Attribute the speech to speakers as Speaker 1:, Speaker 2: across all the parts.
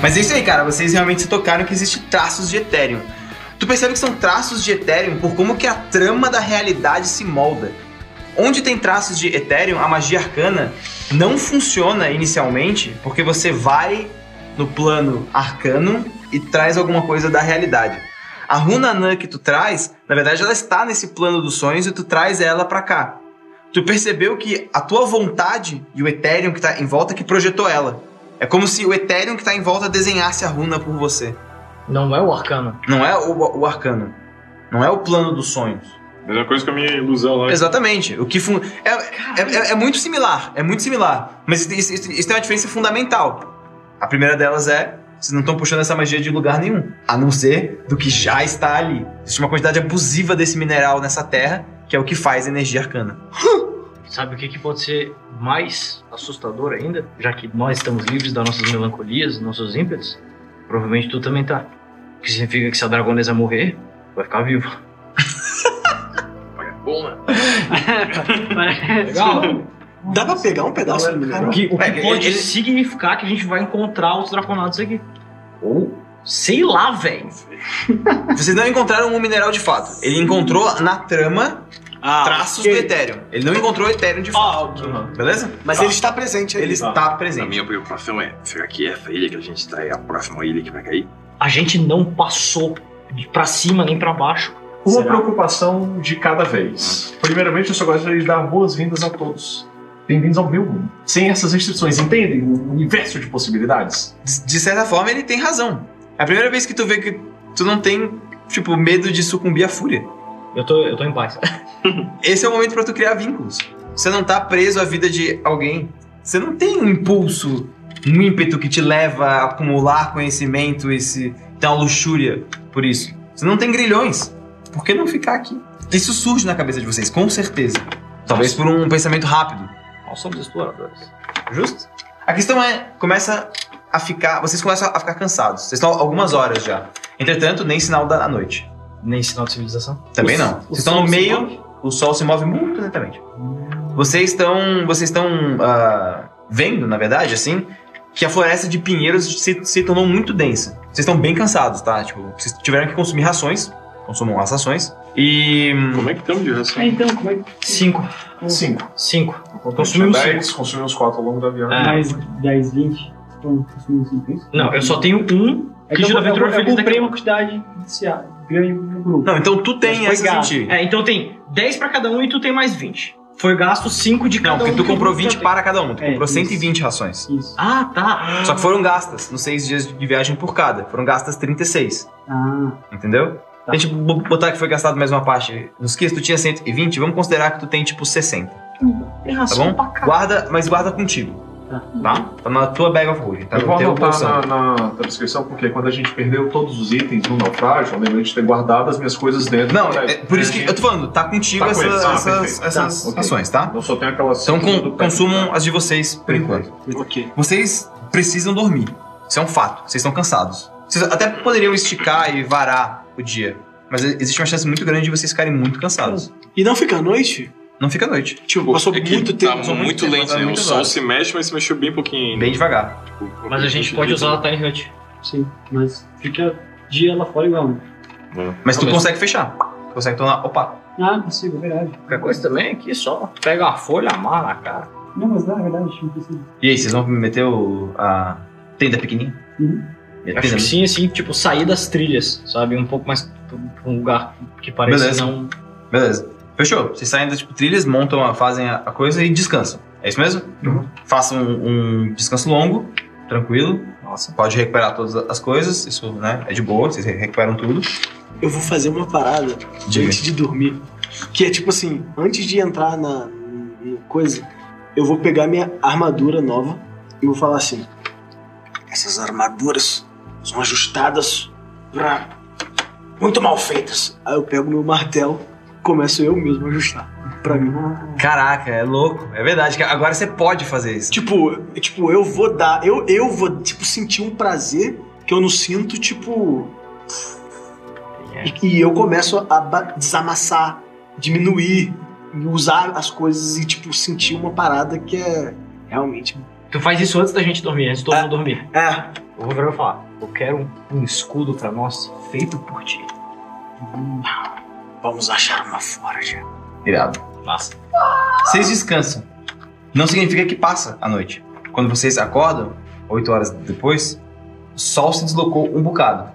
Speaker 1: Mas é isso aí, cara. Vocês realmente se tocaram que existe traços de Ethereum. Tu percebe que são traços de Ethereum por como que a trama da realidade se molda. Onde tem traços de Ethereum, a magia arcana não funciona inicialmente, porque você vai no plano arcano e traz alguma coisa da realidade. A runa anã que tu traz, na verdade, ela está nesse plano dos sonhos e tu traz ela para cá. Tu percebeu que a tua vontade e o Ethereum que tá em volta que projetou ela. É como se o Ethereum que tá em volta desenhasse a runa por você.
Speaker 2: Não é o arcano.
Speaker 1: Não é o, o arcano. Não é o plano dos sonhos.
Speaker 3: Mesma é coisa que a minha ilusão lá. é
Speaker 1: Exatamente. O que fun... é, é, é, é muito similar. É muito similar. Mas isso, isso, isso tem uma diferença fundamental. A primeira delas é vocês não estão puxando essa magia de lugar nenhum, a não ser do que já está ali. Existe uma quantidade abusiva desse mineral nessa terra, que é o que faz energia arcana.
Speaker 2: Sabe o que, que pode ser mais assustador ainda? Já que nós estamos livres das nossas melancolias, dos nossos ímpetos, provavelmente tu também tá. O que significa que se a dragonesa morrer, vai ficar vivo.
Speaker 3: é Vagabunda.
Speaker 2: Legal.
Speaker 4: Dá pra pegar um pedaço do mineral?
Speaker 2: O que, o que
Speaker 1: É,
Speaker 2: pode
Speaker 1: ele-
Speaker 2: significar que a gente vai encontrar os draconados aqui. Ou, sei lá, velho.
Speaker 1: Vocês não encontraram um mineral de fato. Ele encontrou na trama
Speaker 4: Ah,
Speaker 1: traços do
Speaker 4: ok.
Speaker 1: Ethereum. Ele não encontrou o Ethereum de fato.
Speaker 4: Ah, ok.
Speaker 1: Beleza?
Speaker 4: Mas
Speaker 1: Tá.
Speaker 4: ele está presente aí.
Speaker 1: Ele está
Speaker 5: A
Speaker 1: presente.
Speaker 5: minha preocupação é, será que essa ilha que a gente está é a próxima ilha que vai cair?
Speaker 2: A gente não passou de pra cima nem pra baixo.
Speaker 6: Uma
Speaker 2: Será?
Speaker 6: preocupação de cada vez. Primeiramente, eu só gostaria de dar boas-vindas a todos. Bem-vindos ao meu mundo. Sem essas restrições, entendem? Um universo de possibilidades.
Speaker 1: De de certa forma, ele tem razão. É a primeira vez que tu vê que tu não tem, tipo, medo de sucumbir à fúria.
Speaker 2: Eu tô, eu tô em paz.
Speaker 1: Esse é o momento pra tu criar vínculos. Você não tá preso à vida de alguém. Você não tem um impulso, um ímpeto que te leva a acumular conhecimento e se ter uma luxúria por isso. Você não tem grilhões. Por que não ficar aqui? Isso surge na cabeça de vocês, com certeza. Talvez por um pensamento rápido.
Speaker 2: Nós somos exploradores.
Speaker 1: Justo? A questão é, começa a ficar. Vocês começam a ficar cansados. Vocês estão algumas horas já. Entretanto, nem sinal da noite.
Speaker 2: Nem sinal de civilização.
Speaker 1: Também
Speaker 4: O-
Speaker 1: não.
Speaker 4: o
Speaker 1: Vocês estão no
Speaker 4: sol se
Speaker 1: meio, o sol se move muito lentamente. Vocês estão. Vocês estão ah, vendo, na verdade, assim, que a floresta de pinheiros se, se tornou muito densa. Vocês estão bem cansados, tá? Tipo, vocês tiveram que consumir rações. Consumam as rações. E.
Speaker 2: Hum.
Speaker 3: Como é que estamos de
Speaker 7: Ah,
Speaker 3: ração?
Speaker 4: então, como é que.
Speaker 2: Cinco.
Speaker 6: Cinco.
Speaker 2: Cinco.
Speaker 6: Consumimos
Speaker 2: Consumimos cinco.
Speaker 6: 10, consumimos 4 ao longo da viagem.
Speaker 2: É.
Speaker 1: Ah,
Speaker 7: Mais 10, 20. Então, consumindo cinco, é isso?
Speaker 2: Não, eu só tenho um
Speaker 7: É
Speaker 2: que
Speaker 7: que eu,
Speaker 2: gira
Speaker 7: eu, eu,
Speaker 2: aventura
Speaker 7: eu
Speaker 2: feliz daqui.
Speaker 7: comprei uma quantidade inicial, grande no um grupo.
Speaker 1: Não, então tu tem
Speaker 7: Mas foi
Speaker 1: essa
Speaker 7: gato.
Speaker 1: sentido.
Speaker 2: É, então tem 10 pra cada um e tu tem mais 20. Foi gasto 5 de
Speaker 1: Não,
Speaker 2: cada um.
Speaker 1: porque tu
Speaker 2: que eu
Speaker 1: comprou
Speaker 2: já
Speaker 1: 20
Speaker 2: tenho.
Speaker 1: para cada um. Tu
Speaker 7: É,
Speaker 1: comprou
Speaker 7: isso.
Speaker 1: 120 rações.
Speaker 7: Isso.
Speaker 2: Ah, tá.
Speaker 1: Só que foram gastas nos seis dias de viagem por cada. Foram gastas 36,
Speaker 7: Ah,
Speaker 1: entendeu?
Speaker 2: Tá.
Speaker 1: A gente bo- botar que foi gastado mais uma parte. Nos que tu tinha 120, vamos considerar que tu tem tipo 60,
Speaker 2: Hum, Tem
Speaker 1: tá
Speaker 2: ração
Speaker 1: bom?
Speaker 2: pra caralho.
Speaker 1: Guarda, mas guarda contigo,
Speaker 7: Tá.
Speaker 1: tá? Tá na tua bag of holding, tá
Speaker 6: eu
Speaker 1: no
Speaker 6: vou
Speaker 1: teu
Speaker 6: anotar
Speaker 1: bolsão.
Speaker 6: na, na, na descrição, porque quando a gente perdeu todos os itens no naufrágio, eu lembrei de ter guardado as minhas coisas dentro.
Speaker 1: Não,
Speaker 6: do
Speaker 1: é,
Speaker 6: prédio.
Speaker 1: por isso que eu tô falando, tá contigo
Speaker 6: Tá com
Speaker 1: essa-
Speaker 6: eles, ah,
Speaker 1: essas,
Speaker 6: perfeito.
Speaker 1: essas
Speaker 6: Tá, ok. tá.
Speaker 1: ações, tá?
Speaker 6: Eu só tenho aquela
Speaker 1: Então
Speaker 6: cinco
Speaker 1: con-
Speaker 6: do prédio.
Speaker 1: consumam as de vocês por enquanto.
Speaker 4: Ok.
Speaker 1: Vocês precisam dormir. Isso é um fato. Vocês estão cansados. Vocês até poderiam esticar e varar o dia. Mas existe uma chance muito grande de vocês ficarem muito cansados.
Speaker 4: E não fica à noite?
Speaker 1: Não fica à noite.
Speaker 4: Tipo, passou
Speaker 3: É que
Speaker 4: muito
Speaker 3: tá
Speaker 4: tempo.
Speaker 1: Passou muito
Speaker 3: muito
Speaker 1: tempo,
Speaker 3: lento,
Speaker 1: tá
Speaker 3: né? O
Speaker 1: muitas
Speaker 3: sol
Speaker 1: horas.
Speaker 3: se mexe, mas se mexeu bem pouquinho ainda.
Speaker 1: Bem devagar.
Speaker 3: Tipo,
Speaker 2: Mas a gente pode usar a Tiny Hut.
Speaker 7: sim. Mas fica dia lá fora igual, né?
Speaker 1: Mas tu
Speaker 2: Tá mesmo.
Speaker 1: consegue fechar. Tu consegue tornar. Opa!
Speaker 7: Ah, consigo, é verdade.
Speaker 2: Qualquer coisa também aqui só pega a folha, amarra, cara.
Speaker 7: Não, mas dá, é verdade, não precisa.
Speaker 1: E aí, vocês vão meter o. a. tenda pequenininha?
Speaker 7: Uhum.
Speaker 1: E a
Speaker 2: Acho
Speaker 1: tenda-
Speaker 2: que sim, assim, tipo, sair das trilhas, sabe? Um pouco mais pra um lugar que parece
Speaker 1: Beleza.
Speaker 2: não.
Speaker 1: Beleza. Fechou. Vocês saem das tipo, trilhas, montam, a, fazem a, a coisa e descansam. É isso mesmo? Façam um, um descanso longo, tranquilo. Nossa. Pode recuperar todas as coisas. Isso, né? É de boa, vocês recuperam tudo.
Speaker 4: Eu vou fazer uma parada
Speaker 1: Diga.
Speaker 4: antes de dormir. Que é tipo assim, antes de entrar na, na coisa, eu vou pegar minha armadura nova e vou falar assim. Essas armaduras são ajustadas pra muito mal feitas. Aí eu pego meu martelo, começo eu mesmo a ajustar pra mim.
Speaker 1: Caraca, é louco. É verdade. que Agora você pode fazer isso.
Speaker 4: Tipo, tipo, eu vou dar, eu, eu vou tipo sentir um prazer que eu não sinto, tipo,
Speaker 2: É.
Speaker 4: E, e eu começo a ba- desamassar, diminuir, e usar as coisas e, tipo, sentir uma parada que é realmente
Speaker 2: Tu faz isso antes da gente dormir, antes de todo mundo dormir.
Speaker 4: É,
Speaker 2: Eu vou virar e falar. Eu quero um, um escudo pra nós feito por ti.
Speaker 4: vamos achar uma forja.
Speaker 1: Irado.
Speaker 2: Massa.
Speaker 1: Vocês descansam. Não significa que passa a noite. Quando vocês acordam, 8 horas depois, o sol se deslocou um bocado.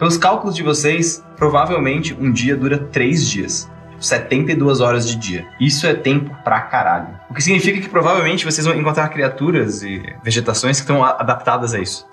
Speaker 1: Pelos cálculos de vocês, provavelmente um dia dura 3 dias. 72 horas de dia. Isso é tempo pra caralho. O que significa que provavelmente vocês vão encontrar criaturas e vegetações que estão a- adaptadas a isso.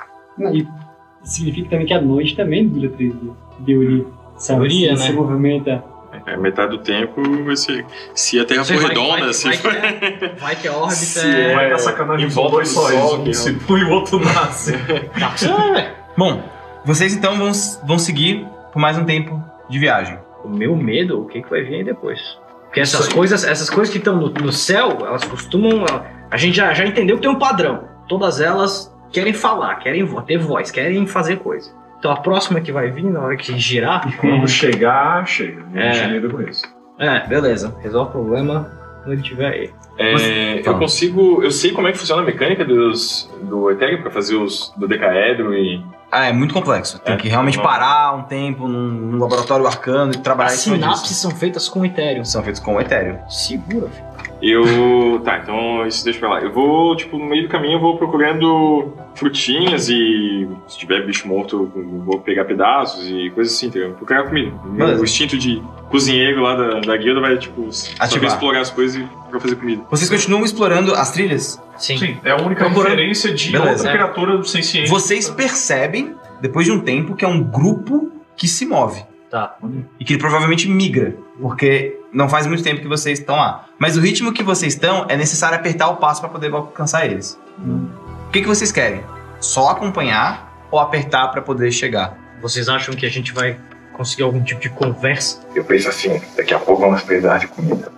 Speaker 7: Significa também que a noite também dura três dias. Deoria. Sabe?
Speaker 2: Teoria,
Speaker 7: se, se
Speaker 2: né?
Speaker 7: movimenta.
Speaker 3: É, metade do tempo, se, se a Terra
Speaker 2: Você
Speaker 3: for
Speaker 2: vai-
Speaker 3: redonda,
Speaker 2: vai-
Speaker 3: se
Speaker 2: vai
Speaker 3: for...
Speaker 2: que é- Vai que a órbita
Speaker 3: Se
Speaker 2: é.
Speaker 6: Vai dar sacanagem
Speaker 3: em
Speaker 6: com
Speaker 3: volta
Speaker 6: dois
Speaker 3: do
Speaker 6: sóis.
Speaker 3: sol,
Speaker 6: Um
Speaker 1: é
Speaker 3: que
Speaker 6: se põe e o outro nasce.
Speaker 2: Ah, é.
Speaker 1: Bom, vocês então vão, vão seguir por mais um tempo de viagem.
Speaker 2: O meu medo, o que, que vai vir aí depois? Porque essas coisas, essas coisas que estão no, no céu, elas costumam. ela- A gente já, já entendeu que tem um padrão. Todas elas querem falar, querem vo- ter voz, querem fazer coisa. Então a próxima que vai vir, na hora que girar,
Speaker 6: Quando chegar, chega. A gente
Speaker 2: É.
Speaker 6: lida com isso.
Speaker 2: é, beleza, resolve o problema quando ele tiver aí.
Speaker 3: É, eu
Speaker 1: Fala.
Speaker 3: consigo... Eu sei como é que funciona a mecânica dos, do Ethereum pra fazer os do decaedro e...
Speaker 1: Ah, é muito complexo. Tem
Speaker 3: É,
Speaker 1: que realmente
Speaker 3: não.
Speaker 1: parar um tempo num, num laboratório arcano e trabalhar
Speaker 2: As
Speaker 1: em cima disso.
Speaker 2: sinapses são feitas com Ethereum.
Speaker 1: São feitos com o Ethereum.
Speaker 2: Segura, filho.
Speaker 3: Eu... Tá, então isso deixa pra lá. Eu vou, tipo, no meio do caminho eu vou procurando frutinhas e... Se tiver bicho morto, eu vou pegar pedaços e coisas assim, entendeu? Procurar comida.
Speaker 1: Beleza.
Speaker 3: O instinto de cozinheiro lá da, da guilda vai, tipo... Saber
Speaker 1: Ativar.
Speaker 3: explorar as coisas e procurar fazer comida.
Speaker 1: Vocês continuam explorando as trilhas?
Speaker 2: Sim.
Speaker 6: Sim, é a única
Speaker 1: Procurando.
Speaker 6: referência de
Speaker 1: Beleza.
Speaker 6: outra
Speaker 2: É.
Speaker 6: criatura sem ciência.
Speaker 1: Vocês percebem, depois de um tempo, que é um grupo que se move.
Speaker 2: Tá.
Speaker 1: E que ele provavelmente migra, porque não faz muito tempo que vocês estão lá. Mas o ritmo que vocês estão, é necessário apertar o passo para poder alcançar eles.
Speaker 3: Hum.
Speaker 1: O que, que vocês querem? Só acompanhar ou apertar para poder chegar?
Speaker 2: Vocês acham que a gente vai conseguir algum tipo de conversa?
Speaker 5: Eu penso assim, daqui a pouco vamos precisar de comida.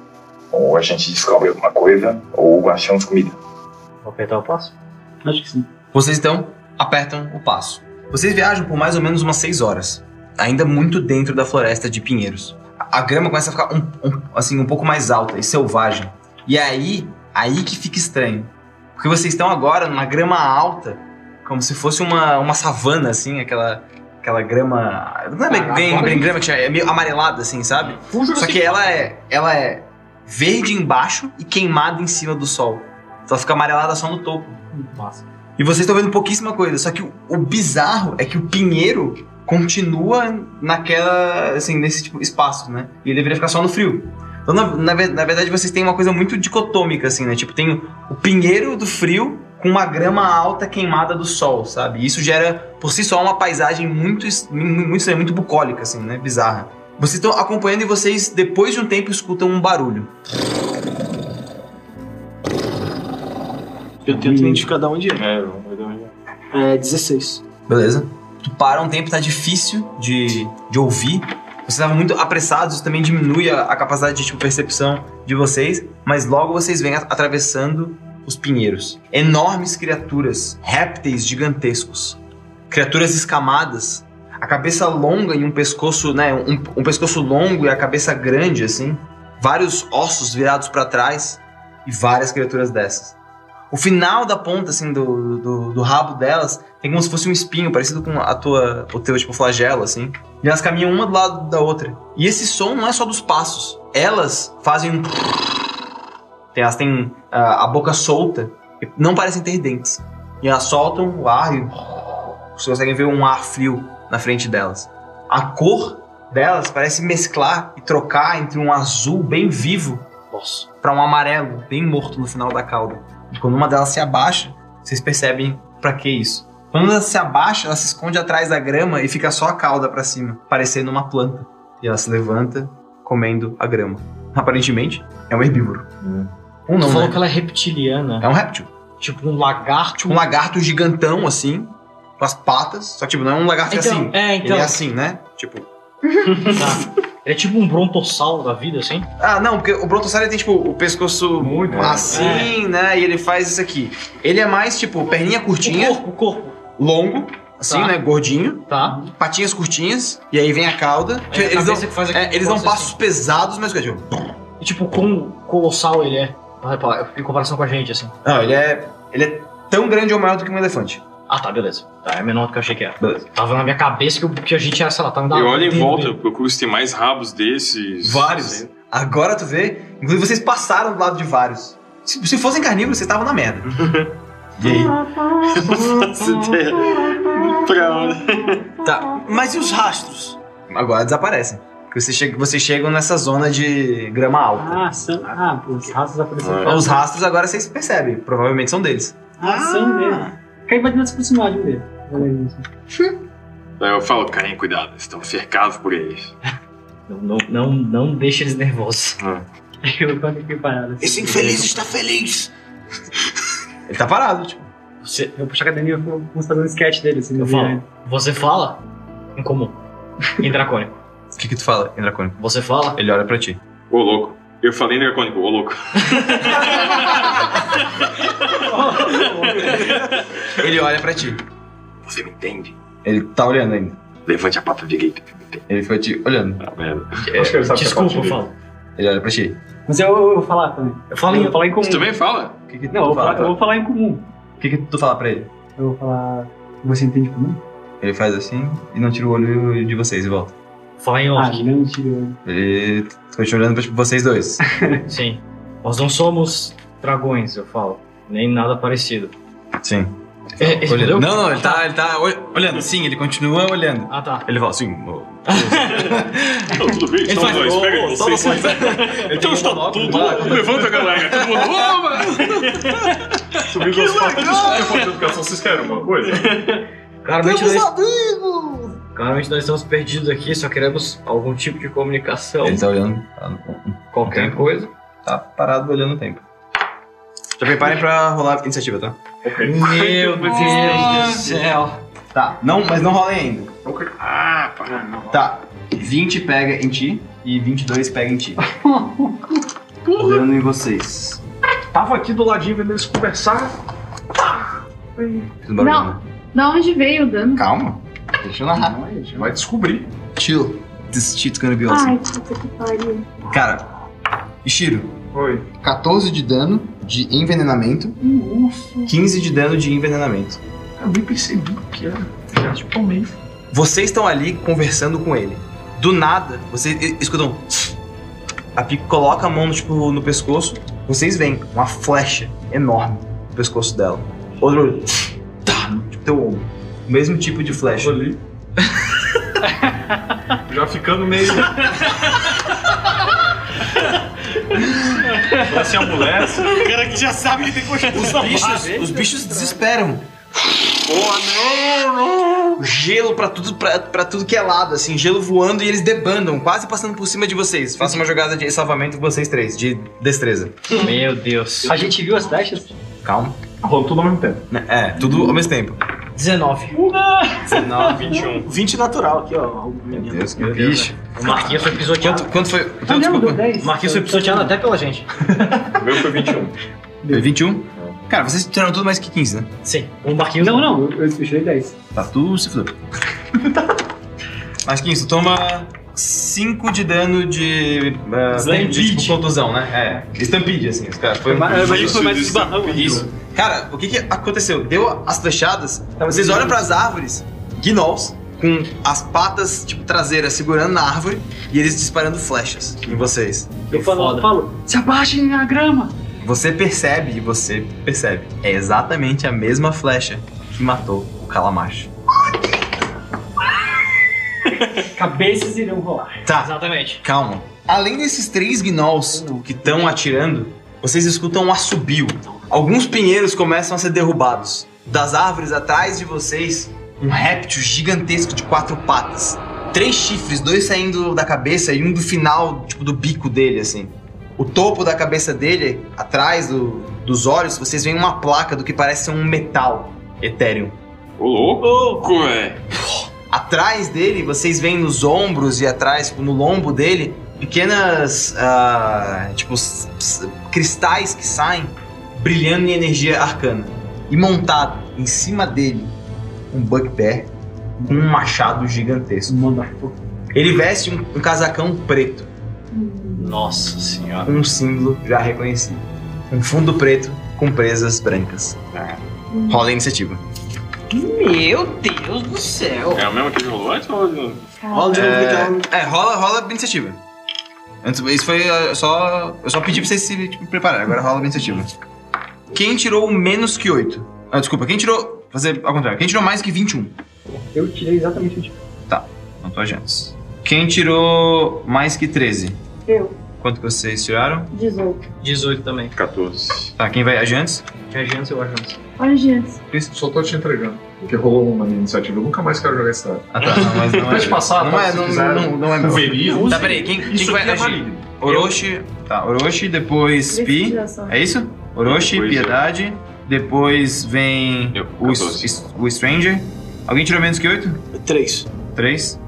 Speaker 5: Ou a gente descobre alguma coisa, ou achamos comida.
Speaker 2: Vou apertar o passo?
Speaker 7: Acho que sim.
Speaker 1: Vocês então apertam o passo. Vocês viajam por mais ou menos umas 6 horas, ainda muito dentro da floresta de pinheiros. A a grama começa a ficar um, um- assim um pouco mais alta e selvagem. E é aí, aí que fica estranho, porque vocês estão agora numa grama alta, como se fosse uma, uma savana assim, aquela aquela grama, não é bem, bem, bem grama que chama, é meio amarelada assim, sabe? Só que ela é ela é verde embaixo e queimada em cima do sol. Então ela fica amarelada só no topo.
Speaker 2: Massa.
Speaker 1: E vocês estão vendo pouquíssima coisa. Só que o, o bizarro é que o pinheiro continua naquela. assim, nesse tipo espaço, né? E ele deveria ficar só no frio. Então, na, na ve- na verdade, vocês têm uma coisa muito dicotômica, assim, né? Tipo, tem o, o pinheiro do frio com uma grama alta queimada do sol, sabe? E isso gera, por si só, uma paisagem muito, es- mu- mu- muito, estranha, muito bucólica, assim, né? Bizarra. Vocês estão acompanhando e vocês, depois de um tempo, escutam um barulho.
Speaker 4: Eu tento identificar de onde é.
Speaker 3: É, eu vou dar uma olhada.
Speaker 4: É 16.
Speaker 1: Beleza. Tu para um tempo, tá difícil de, de ouvir. Vocês estavam muito apressados, isso também diminui a, a capacidade de tipo, percepção de vocês. Mas logo vocês vêm a- atravessando os pinheiros. Enormes criaturas, répteis gigantescos. Criaturas escamadas, a cabeça longa e um pescoço, né? Um, um pescoço longo e a cabeça grande, assim. Vários ossos virados para trás e várias criaturas dessas. O final da ponta, assim, do- do, do rabo delas tem como se fosse um espinho, parecido com a tua, o teu, tipo, flagelo, assim. E elas caminham uma do lado da outra. E esse som não é só dos passos. Elas fazem um... Tem- Elas têm ah, a boca solta e não parecem ter dentes. E elas soltam o ar e... Vocês conseguem ver um ar frio na frente delas. A cor delas parece mesclar e trocar entre um azul bem vivo
Speaker 2: Nossa.
Speaker 1: para um amarelo bem morto no final da cauda. E quando uma delas se abaixa, vocês percebem pra que isso. Quando ela se abaixa, ela se esconde atrás da grama e fica só a cauda pra cima, parecendo uma planta. E ela se levanta comendo a grama. Aparentemente, é um herbívoro. Ou
Speaker 2: Hum. Tu
Speaker 1: não,
Speaker 2: falou
Speaker 1: né?
Speaker 2: que ela é reptiliana.
Speaker 1: É um réptil.
Speaker 2: Tipo um lagarto.
Speaker 1: Um lagarto gigantão, assim, com as patas. Só que tipo, não é um lagarto
Speaker 2: Então,
Speaker 1: assim.
Speaker 2: é, então.
Speaker 1: Ele é assim, né? Tipo,
Speaker 2: Tá. Ele é tipo um brontossauro da vida, assim.
Speaker 1: Ah, não, porque o Brontossauro ele tem, tipo, o pescoço
Speaker 6: Muito,
Speaker 2: É.
Speaker 1: assim, né? E ele faz isso aqui. Ele é mais, tipo, perninha curtinha,
Speaker 2: O corpo, o corpo.
Speaker 1: longo, assim,
Speaker 2: Tá.
Speaker 1: né? Gordinho,
Speaker 2: Tá.
Speaker 1: patinhas curtinhas, e aí vem a cauda. Tipo,
Speaker 2: Aí
Speaker 1: eles
Speaker 2: a
Speaker 1: dão,
Speaker 2: cabeça assim. que faz aqui
Speaker 1: é, eles dão
Speaker 2: força,
Speaker 1: passos pesados, mas. Tipo,
Speaker 2: assim. E, tipo, quão colossal ele é. Vai, pá, Em comparação com a gente, assim.
Speaker 1: não, ele é. Ele é tão grande ou maior do que um elefante.
Speaker 2: Ah, tá, beleza. Tá, é menor do que eu achei que era. Tava na minha cabeça que, eu- que a gente ia, sei lá, tá andando.
Speaker 3: Eu olho em
Speaker 2: dentro
Speaker 3: volta,
Speaker 2: dele.
Speaker 3: eu procuro se tem mais rabos desses.
Speaker 1: Vários. Agora tu vê, inclusive vocês passaram do lado de vários. Se, se fossem carnívoros, vocês estavam na merda.
Speaker 6: E aí?
Speaker 3: Nossa, ideia. pra onde?
Speaker 1: Tá,
Speaker 4: Mas e os rastros?
Speaker 1: agora desaparecem. Porque Vocês chegam, vocês chegam nessa zona de grama alta. Então,
Speaker 7: Ah, são. Ah, os raças
Speaker 3: Ah,
Speaker 7: apareceram.
Speaker 1: Os rastros agora vocês percebem, provavelmente são deles.
Speaker 7: Ah, são dele.
Speaker 4: É.
Speaker 7: Caiu vai tentar se aproximar de um dele. Olha isso.
Speaker 3: Aí eu falo, Karen, cuidado, eles estão cercados por eles.
Speaker 2: Não, não, não, não deixa eles nervosos.
Speaker 7: Eu tô aqui parado. assim.
Speaker 4: Esse infeliz está feliz.
Speaker 1: Ele tá parado, tipo.
Speaker 2: Você,
Speaker 7: Eu puxo a academia e vamos fazer um sketch dele, assim,
Speaker 2: eu
Speaker 7: no
Speaker 2: falo,
Speaker 7: vídeo.
Speaker 2: você fala em comum. Em dracônico.
Speaker 1: O que que tu fala, Indracônico?
Speaker 2: Você fala.
Speaker 1: Ele olha pra ti.
Speaker 3: Ô, louco. Eu falei em dracônico, ô, louco.
Speaker 1: Ele olha pra ti.
Speaker 3: Você me entende?
Speaker 1: Ele tá olhando ainda.
Speaker 3: Levante a pata direita.
Speaker 1: Ele fica te olhando.
Speaker 3: Ah, merda.
Speaker 6: Acho que ele sabe que é
Speaker 2: Desculpa,
Speaker 6: parte
Speaker 2: eu
Speaker 6: dele.
Speaker 2: falo.
Speaker 1: Ele olha pra ti.
Speaker 7: Mas eu, eu vou falar também.
Speaker 2: Eu falo
Speaker 7: eu
Speaker 2: em.
Speaker 7: vou falar em comum.
Speaker 3: Você também fala?
Speaker 1: O que que tu
Speaker 7: Não, eu vou,
Speaker 1: fala?
Speaker 7: falar, eu vou falar em comum.
Speaker 1: O que que tu fala pra ele?
Speaker 7: Eu vou falar. Você entende comum?
Speaker 1: Ele faz assim e não tira o olho de vocês e volta.
Speaker 2: Fala em
Speaker 7: Ah,
Speaker 2: orc.
Speaker 7: não, mentira.
Speaker 1: Ele continua olhando pra tipo, vocês dois.
Speaker 2: Sim. Nós não somos dragões, eu falo. Nem nada parecido.
Speaker 1: Sim.
Speaker 2: É, entendeu?
Speaker 1: Olhando. Não, não, ele tá, ele tá ol- olhando. Sim, ele continua olhando.
Speaker 2: Ah, tá.
Speaker 1: Ele fala assim. ô,
Speaker 3: Não, tudo bem, estão
Speaker 2: faz,
Speaker 3: dois.
Speaker 2: ô,
Speaker 3: Pega
Speaker 2: ô,
Speaker 3: aí, vocês. Então está
Speaker 1: tá
Speaker 6: monóculo,
Speaker 3: tudo. Levanta, galera. Todo mundo. Toma!
Speaker 6: Subiu duas fotos e foto de educação. Vocês querem alguma coisa?
Speaker 2: Claramente nós... Claramente nós estamos perdidos aqui, só queremos algum tipo de comunicação.
Speaker 1: Ele tá olhando. tá-
Speaker 2: Qualquer coisa.
Speaker 1: Tá parado olhando o tempo. Já preparem pra rolar a iniciativa, tá?
Speaker 2: Meu Deus do céu.
Speaker 1: Tá, não, mas não rolem ainda.
Speaker 3: Ah, pá.
Speaker 1: Tá, 20 pega em ti e 22 pega em ti. Olhando em vocês.
Speaker 6: Tava aqui do ladinho vendo eles conversar.
Speaker 1: Fiz um barulho,
Speaker 8: Não.
Speaker 1: né?
Speaker 8: Da onde veio o dano?
Speaker 1: Calma, deixa eu narrar.
Speaker 6: Vai descobrir.
Speaker 1: Chill. This shit's gonna be awesome.
Speaker 8: Ai, puta que pariu.
Speaker 1: Cara, Ishiro,
Speaker 6: Oi.
Speaker 1: 14 de dano de envenenamento,
Speaker 6: Nossa,
Speaker 1: 15 de dano de envenenamento.
Speaker 6: eu nem percebi o que era. Já te tomei.
Speaker 1: Vocês estão ali conversando com ele. Do nada, vocês e- escutam. um A Pico coloca a mão tipo, no pescoço. Vocês veem uma flecha enorme no pescoço dela. Outro. Tá, no teu ombro. O mesmo tipo de
Speaker 6: Tava
Speaker 1: flecha.
Speaker 6: ali. Já ficando meio. Vai se amulece.
Speaker 4: O cara que já sabe que tem construção.
Speaker 1: Bichos, os bichos desesperam. Gelo pra tudo, pra, pra tudo que é lado, assim, gelo voando e eles debandam, quase passando por cima de vocês. Faça uma jogada de salvamento vocês três, de destreza.
Speaker 2: Meu Deus.
Speaker 7: A gente viu as taxas?
Speaker 1: Calma.
Speaker 6: Rolou tudo ao mesmo tempo.
Speaker 1: É, tudo ao mesmo tempo.
Speaker 2: 19.
Speaker 1: 19.
Speaker 3: 21.
Speaker 4: 20 natural aqui, ó.
Speaker 1: Meu Deus, que bicho.
Speaker 2: O Marquinhos foi pisoteado.
Speaker 1: Quanto, quanto foi?
Speaker 7: Ah,
Speaker 1: Então,
Speaker 7: não,
Speaker 1: desculpa.
Speaker 7: deu 10.
Speaker 2: O Marquinhos foi pisoteado até pela gente.
Speaker 3: O meu foi 21.
Speaker 1: Foi 21? Cara, vocês tiraram tudo mais que 15, né?
Speaker 2: Sim. O Marquinhos.
Speaker 7: Não, não, eu, eu fechei 10.
Speaker 1: Tá tudo se fudeu. mais 15, tu toma 5 de dano de. Uh,
Speaker 7: Stampede.
Speaker 1: Tipo, contusão, né? É. Stampede, assim. os caras- Foi um-
Speaker 7: Mas
Speaker 3: isso,
Speaker 7: isso foi É mais né?
Speaker 3: isso,
Speaker 7: esbarrão.
Speaker 1: Isso. Cara, o que, que aconteceu? Deu as flechadas, vocês olham pras árvores, gnolls, com as patas tipo, traseiras segurando na árvore e eles disparando flechas em vocês.
Speaker 7: Eu falo,
Speaker 2: Foda.
Speaker 7: eu falo, se abaixem na grama.
Speaker 1: Você percebe e você percebe. É exatamente a mesma flecha que matou o Calamacho.
Speaker 7: Cabeças irão rolar.
Speaker 1: Tá,
Speaker 2: Exatamente.
Speaker 1: calma. Além desses três gnolls que estão atirando, vocês escutam um assobio. Alguns pinheiros começam a ser derrubados. Das árvores atrás de vocês, um réptil gigantesco de quatro patas. Três chifres, dois saindo da cabeça e um do final, tipo, do bico dele, assim. O topo da cabeça dele, atrás do- dos olhos, vocês veem uma placa do que parece ser um metal etéreo.
Speaker 3: Ô, louco, é.
Speaker 1: Atrás dele, vocês veem nos ombros e atrás, tipo, no lombo dele, pequenas, ah, tipo, s- s- cristais que saem brilhando em energia arcana. E montado em cima dele, um bugbear com um machado gigantesco. Ele veste um, um casacão preto,
Speaker 8: Hum,
Speaker 2: Nossa senhora.
Speaker 1: com um símbolo já reconhecido. Um fundo preto com presas brancas.
Speaker 8: hum,
Speaker 1: Rola a iniciativa.
Speaker 2: Meu Deus do céu!
Speaker 3: É o mesmo que ele rolou antes ou... é
Speaker 4: Rola de novo, Miguel.
Speaker 1: É, rola, rola a iniciativa. Antes- Isso foi ah, só. Eu só pedi pra vocês se tipo, prepararem, agora rola a iniciativa. Quem tirou menos que 8? Ah, desculpa, quem tirou. Fazer ao contrário, quem tirou mais que 21?
Speaker 7: Eu tirei exatamente o tipo.
Speaker 1: Não tô adiantes. Quem tirou mais que 13?
Speaker 8: Eu.
Speaker 1: Quanto que vocês tiraram?
Speaker 8: 18.
Speaker 2: 18 também.
Speaker 3: 14.
Speaker 1: Tá, quem vai adiantes?
Speaker 2: Reagência ou agência?
Speaker 8: Olha, gente.
Speaker 6: Só tô te entregando. Porque rolou uma na minha iniciativa. Eu nunca mais quero jogar esse dado.
Speaker 1: Ah tá, não, mas não é.
Speaker 6: Pode passar,
Speaker 1: não
Speaker 6: pode,
Speaker 1: é,
Speaker 6: se
Speaker 1: não,
Speaker 6: quiser.
Speaker 1: não, não é meu.
Speaker 6: Deveria.
Speaker 1: Tá, peraí, quem, quem
Speaker 6: Isso
Speaker 1: vai
Speaker 6: aqui é
Speaker 1: agir?
Speaker 6: válido.
Speaker 1: Orochi, tá, Orochi, depois Pi,
Speaker 8: Investigação.
Speaker 1: é isso? Orochi,
Speaker 3: Depois eu.
Speaker 1: Piedade, depois vem
Speaker 3: Eu,
Speaker 1: o,
Speaker 3: 14.
Speaker 1: s- o Stranger. Alguém tirou menos que 8?
Speaker 4: Três.
Speaker 1: 3?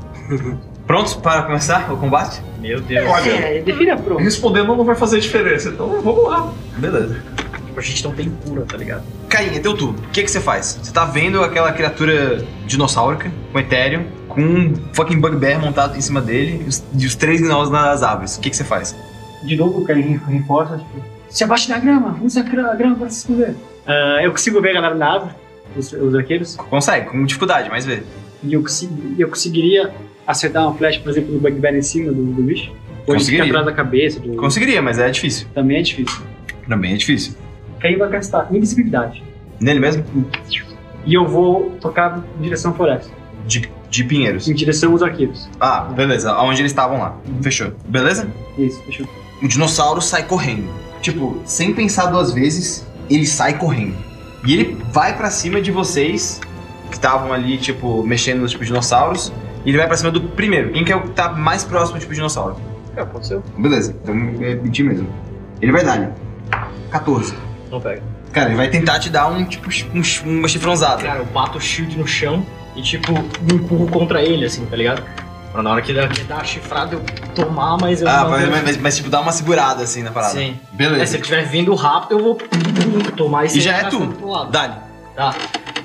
Speaker 1: Prontos para começar o combate?
Speaker 2: Meu Deus.
Speaker 6: Olha,
Speaker 7: É, define a prova.
Speaker 6: respondendo não vai fazer diferença. Então vamos lá.
Speaker 1: Beleza.
Speaker 2: Tipo, a gente não tem cura, tá ligado?
Speaker 1: Caim, é teu turno. O que, que você faz? Você tá vendo aquela criatura dinossaurica, com etéreo, com um fucking bugbear montado em cima dele e os, e os três gnaus nas árvores. O que, que você faz?
Speaker 7: De novo, o cara re- reforça, tipo, se abaixa na grama, usa a gra- a grama pra se esconder. Ah, eu consigo ver a galera na árvore, os, os arqueiros,
Speaker 1: Consegue, com dificuldade, mas vê.
Speaker 7: e eu, consigo, eu conseguiria acertar uma flecha, por exemplo, no bugbear em cima do, do bicho. Ou ele
Speaker 1: Conseguiria.
Speaker 7: fica atrás da cabeça, do...
Speaker 1: Conseguiria, mas é difícil.
Speaker 7: também é difícil.
Speaker 1: Também é difícil.
Speaker 7: Caim vai gastar invisibilidade.
Speaker 1: Nele mesmo?
Speaker 7: E eu vou tocar em direção à floresta,
Speaker 1: De, de Pinheiros.
Speaker 7: em direção aos arqueiros.
Speaker 1: Ah, beleza. Aonde eles estavam lá. Fechou. Beleza?
Speaker 7: Isso, deixa eu...
Speaker 1: O dinossauro sai correndo. Tipo, sem pensar duas vezes, ele sai correndo. E ele vai pra cima de vocês, que estavam ali, tipo, mexendo nos tipo, dinossauros. E ele vai pra cima do primeiro. Quem que é o que tá mais próximo, tipo, dinossauro?
Speaker 2: É, aconteceu.
Speaker 1: Beleza. Então, é repetir mesmo. Ele vai dar, né? 14.
Speaker 2: Não pega.
Speaker 1: Cara, ele vai tentar te dar um, tipo, um ch- uma chifronzada.
Speaker 2: Cara, eu bato o shield no chão e, tipo, me empurro contra ele, assim, tá ligado? Pra na hora que dá, que dá a chifrada eu tomar, mas eu
Speaker 1: Ah,
Speaker 2: não.
Speaker 1: mas, mas- mas, tipo, dá uma segurada, assim, na parada.
Speaker 2: Sim. É, se
Speaker 1: Beleza.
Speaker 2: ele estiver vindo rápido, eu vou tomar esse
Speaker 1: E já é tu.
Speaker 2: Lado.
Speaker 1: Dá-lhe.
Speaker 2: Tá.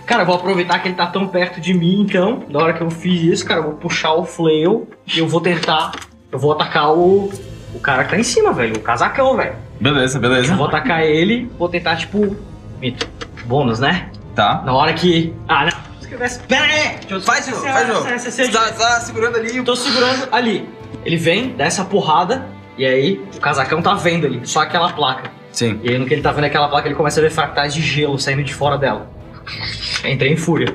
Speaker 2: Cara, eu vou aproveitar que ele tá tão perto de mim, então, na hora que eu fiz isso, cara, eu vou puxar o flail e eu vou tentar. Eu vou atacar o. O cara que tá em cima, velho. O casacão, velho.
Speaker 1: Beleza,
Speaker 2: Eu
Speaker 1: beleza.
Speaker 2: vou atacar ele, vou tentar, tipo. Mito. Bônus, né?
Speaker 1: Tá.
Speaker 2: Na hora que. Ah, não. Se eu tivesse- Pera aí! Deixa eu-
Speaker 1: Faz de novo,
Speaker 2: Essa-
Speaker 1: faz de novo.
Speaker 2: essa- essa-
Speaker 1: Você tá, tá segurando ali
Speaker 2: Eu um tô segurando ali. Ele vem, dá essa porrada, e aí o casacão tá vendo ali, só aquela placa.
Speaker 1: Sim.
Speaker 2: E aí no que ele tá vendo aquela placa, ele começa a ver fractais de gelo saindo de fora dela. Entrei em fúria.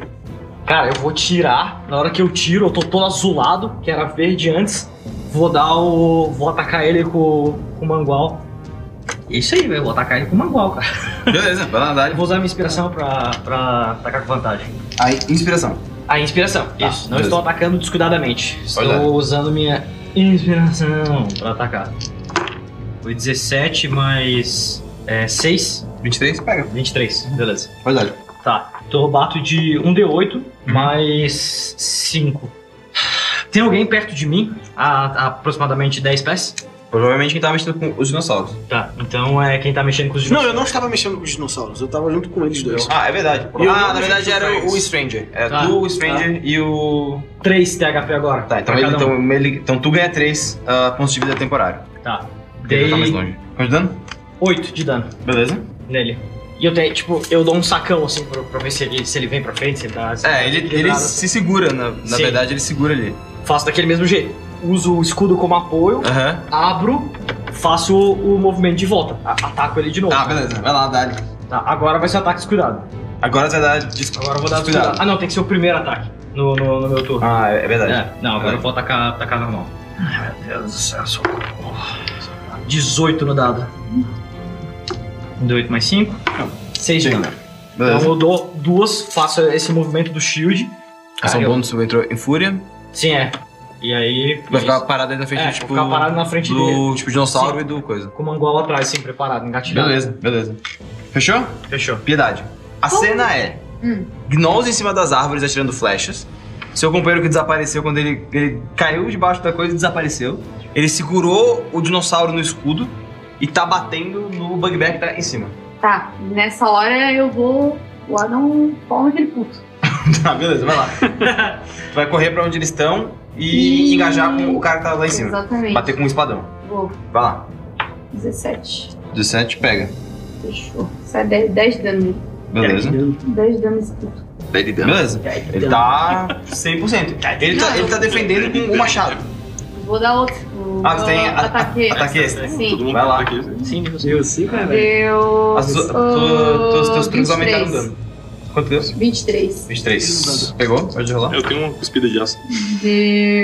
Speaker 2: Cara, eu vou tirar. Na hora que eu tiro, eu tô todo azulado, que era verde antes. Vou dar o. Vou atacar ele com, com o mangual. é Isso aí, velho. Vou atacar ele com o mangual, cara.
Speaker 1: Beleza, vai lá, dá
Speaker 2: Eu vou usar a minha inspiração pra, pra atacar com vantagem.
Speaker 1: Aí, inspiração.
Speaker 2: A inspiração.
Speaker 1: Tá,
Speaker 2: Isso. Não
Speaker 1: beleza.
Speaker 2: estou atacando descuidadamente.
Speaker 1: Pode dar.
Speaker 2: Estou usando minha inspiração pra atacar. Foi 17 mais é, 6,
Speaker 1: 23? Pega.
Speaker 2: 23. Beleza.
Speaker 1: Pode dar.
Speaker 2: Tá. Então eu bato de 1d8 mais 5. Tem alguém perto de mim? A, a aproximadamente 10 pés?
Speaker 1: Provavelmente quem tá mexendo com os dinossauros.
Speaker 2: Tá. Então é quem tá mexendo com os
Speaker 4: Não,
Speaker 2: dinossauros.
Speaker 4: eu não estava mexendo com os dinossauros, eu tava junto com eles dois.
Speaker 1: Ah, é verdade.
Speaker 4: E eu
Speaker 1: ah,
Speaker 4: não
Speaker 1: na verdade
Speaker 4: mexo
Speaker 1: era
Speaker 4: com
Speaker 1: o,
Speaker 4: eles.
Speaker 1: o Stranger. Era
Speaker 2: Tá.
Speaker 1: tu, o Stranger e o.
Speaker 2: 3 THP agora.
Speaker 1: Tá, então
Speaker 2: pra
Speaker 1: ele,
Speaker 2: cada um.
Speaker 1: então, ele- então tu ganha 3 pontos de vida temporário.
Speaker 2: Tá.
Speaker 1: Porque ele
Speaker 2: Dei
Speaker 1: já tá mais longe. Quanto de dano?
Speaker 2: 8 de dano.
Speaker 1: Beleza.
Speaker 2: nele. E eu tenho, tipo, eu dou um sacão assim pra, pra ver se ele, se ele vem pra frente, se ele tá. se tá
Speaker 1: É, ele, ele
Speaker 2: equilibrado.
Speaker 1: se segura, na, na
Speaker 2: Sim.
Speaker 1: verdade ele segura ali.
Speaker 2: Faço daquele mesmo jeito. Uso o escudo como apoio,
Speaker 1: Aham.
Speaker 2: abro, faço o, o movimento de volta. A- ataco ele de novo.
Speaker 1: Tá, beleza. Vai lá, dá-lhe.
Speaker 2: Tá, agora vai ser o ataque descuidado.
Speaker 1: Agora você vai dar. des-
Speaker 2: Agora eu vou dar
Speaker 1: Descuidado.
Speaker 2: descuidado. Ah, não, tem que ser o primeiro ataque no, no, no meu turno.
Speaker 1: Ah, é é verdade.
Speaker 2: não,
Speaker 1: agora eu
Speaker 2: vou atacar, atacar normal. Ai, meu Deus do céu, socorro. 18 no dado. 18 mais 5? Não. 6 de
Speaker 1: Sim. É.
Speaker 2: dano. Então
Speaker 1: Beleza.
Speaker 2: eu dou duas, faço esse movimento do shield.
Speaker 1: Ação
Speaker 2: Cara, Ah, eu-
Speaker 1: é um bônus, você entrou em fúria.
Speaker 2: Sim, é. E aí.
Speaker 1: Vai ficar parado aí na frente,
Speaker 2: é,
Speaker 1: tipo.
Speaker 2: vou ficar parado na frente dele.
Speaker 1: do tipo dinossauro e do coisa.
Speaker 2: Com o mangual atrás, assim, preparado, engatilhado.
Speaker 1: Beleza, beleza. Fechou?
Speaker 2: Fechou.
Speaker 1: Piedade. A cena é:
Speaker 8: Hum.
Speaker 1: Gnolls em cima das árvores atirando flechas. Seu companheiro que desapareceu quando ele, ele caiu debaixo da coisa e desapareceu. Ele segurou o dinossauro no escudo e tá batendo no bugbear que tá em cima.
Speaker 8: Tá, nessa hora eu vou lá dar um pau naquele puto.
Speaker 1: tá, beleza, vai lá. tu vai correr pra onde eles estão e
Speaker 8: Ih.
Speaker 1: engajar com o cara que tá lá em cima.
Speaker 8: Exatamente.
Speaker 1: Bater com o espadão.
Speaker 8: Vou.
Speaker 1: Vai lá.
Speaker 8: 17.
Speaker 1: 17, pega.
Speaker 8: Fechou. Sai 10, 10 de é dano. nele.
Speaker 9: Beleza.
Speaker 8: Dois damas puto.
Speaker 9: Dei de dano.
Speaker 1: Beleza. Tá Ele tá 100%. Ele tá, ele tá defendendo com o machado.
Speaker 8: Vou dar outro. O
Speaker 1: Ah,
Speaker 8: meu
Speaker 1: tem a-
Speaker 8: ataque.
Speaker 1: Ataque extra.
Speaker 8: Sim.
Speaker 1: Vai lá.
Speaker 2: Sim, você.
Speaker 7: Eu sim, cara. velho.
Speaker 8: Deu.
Speaker 1: As tu-
Speaker 8: ah,
Speaker 1: tu- Teus teus turnos
Speaker 8: 23.
Speaker 1: aumentaram o dano. Quanto deu?
Speaker 8: 23.
Speaker 1: 23. Pegou? Pode rolar.
Speaker 3: Eu tenho uma cuspida de aço.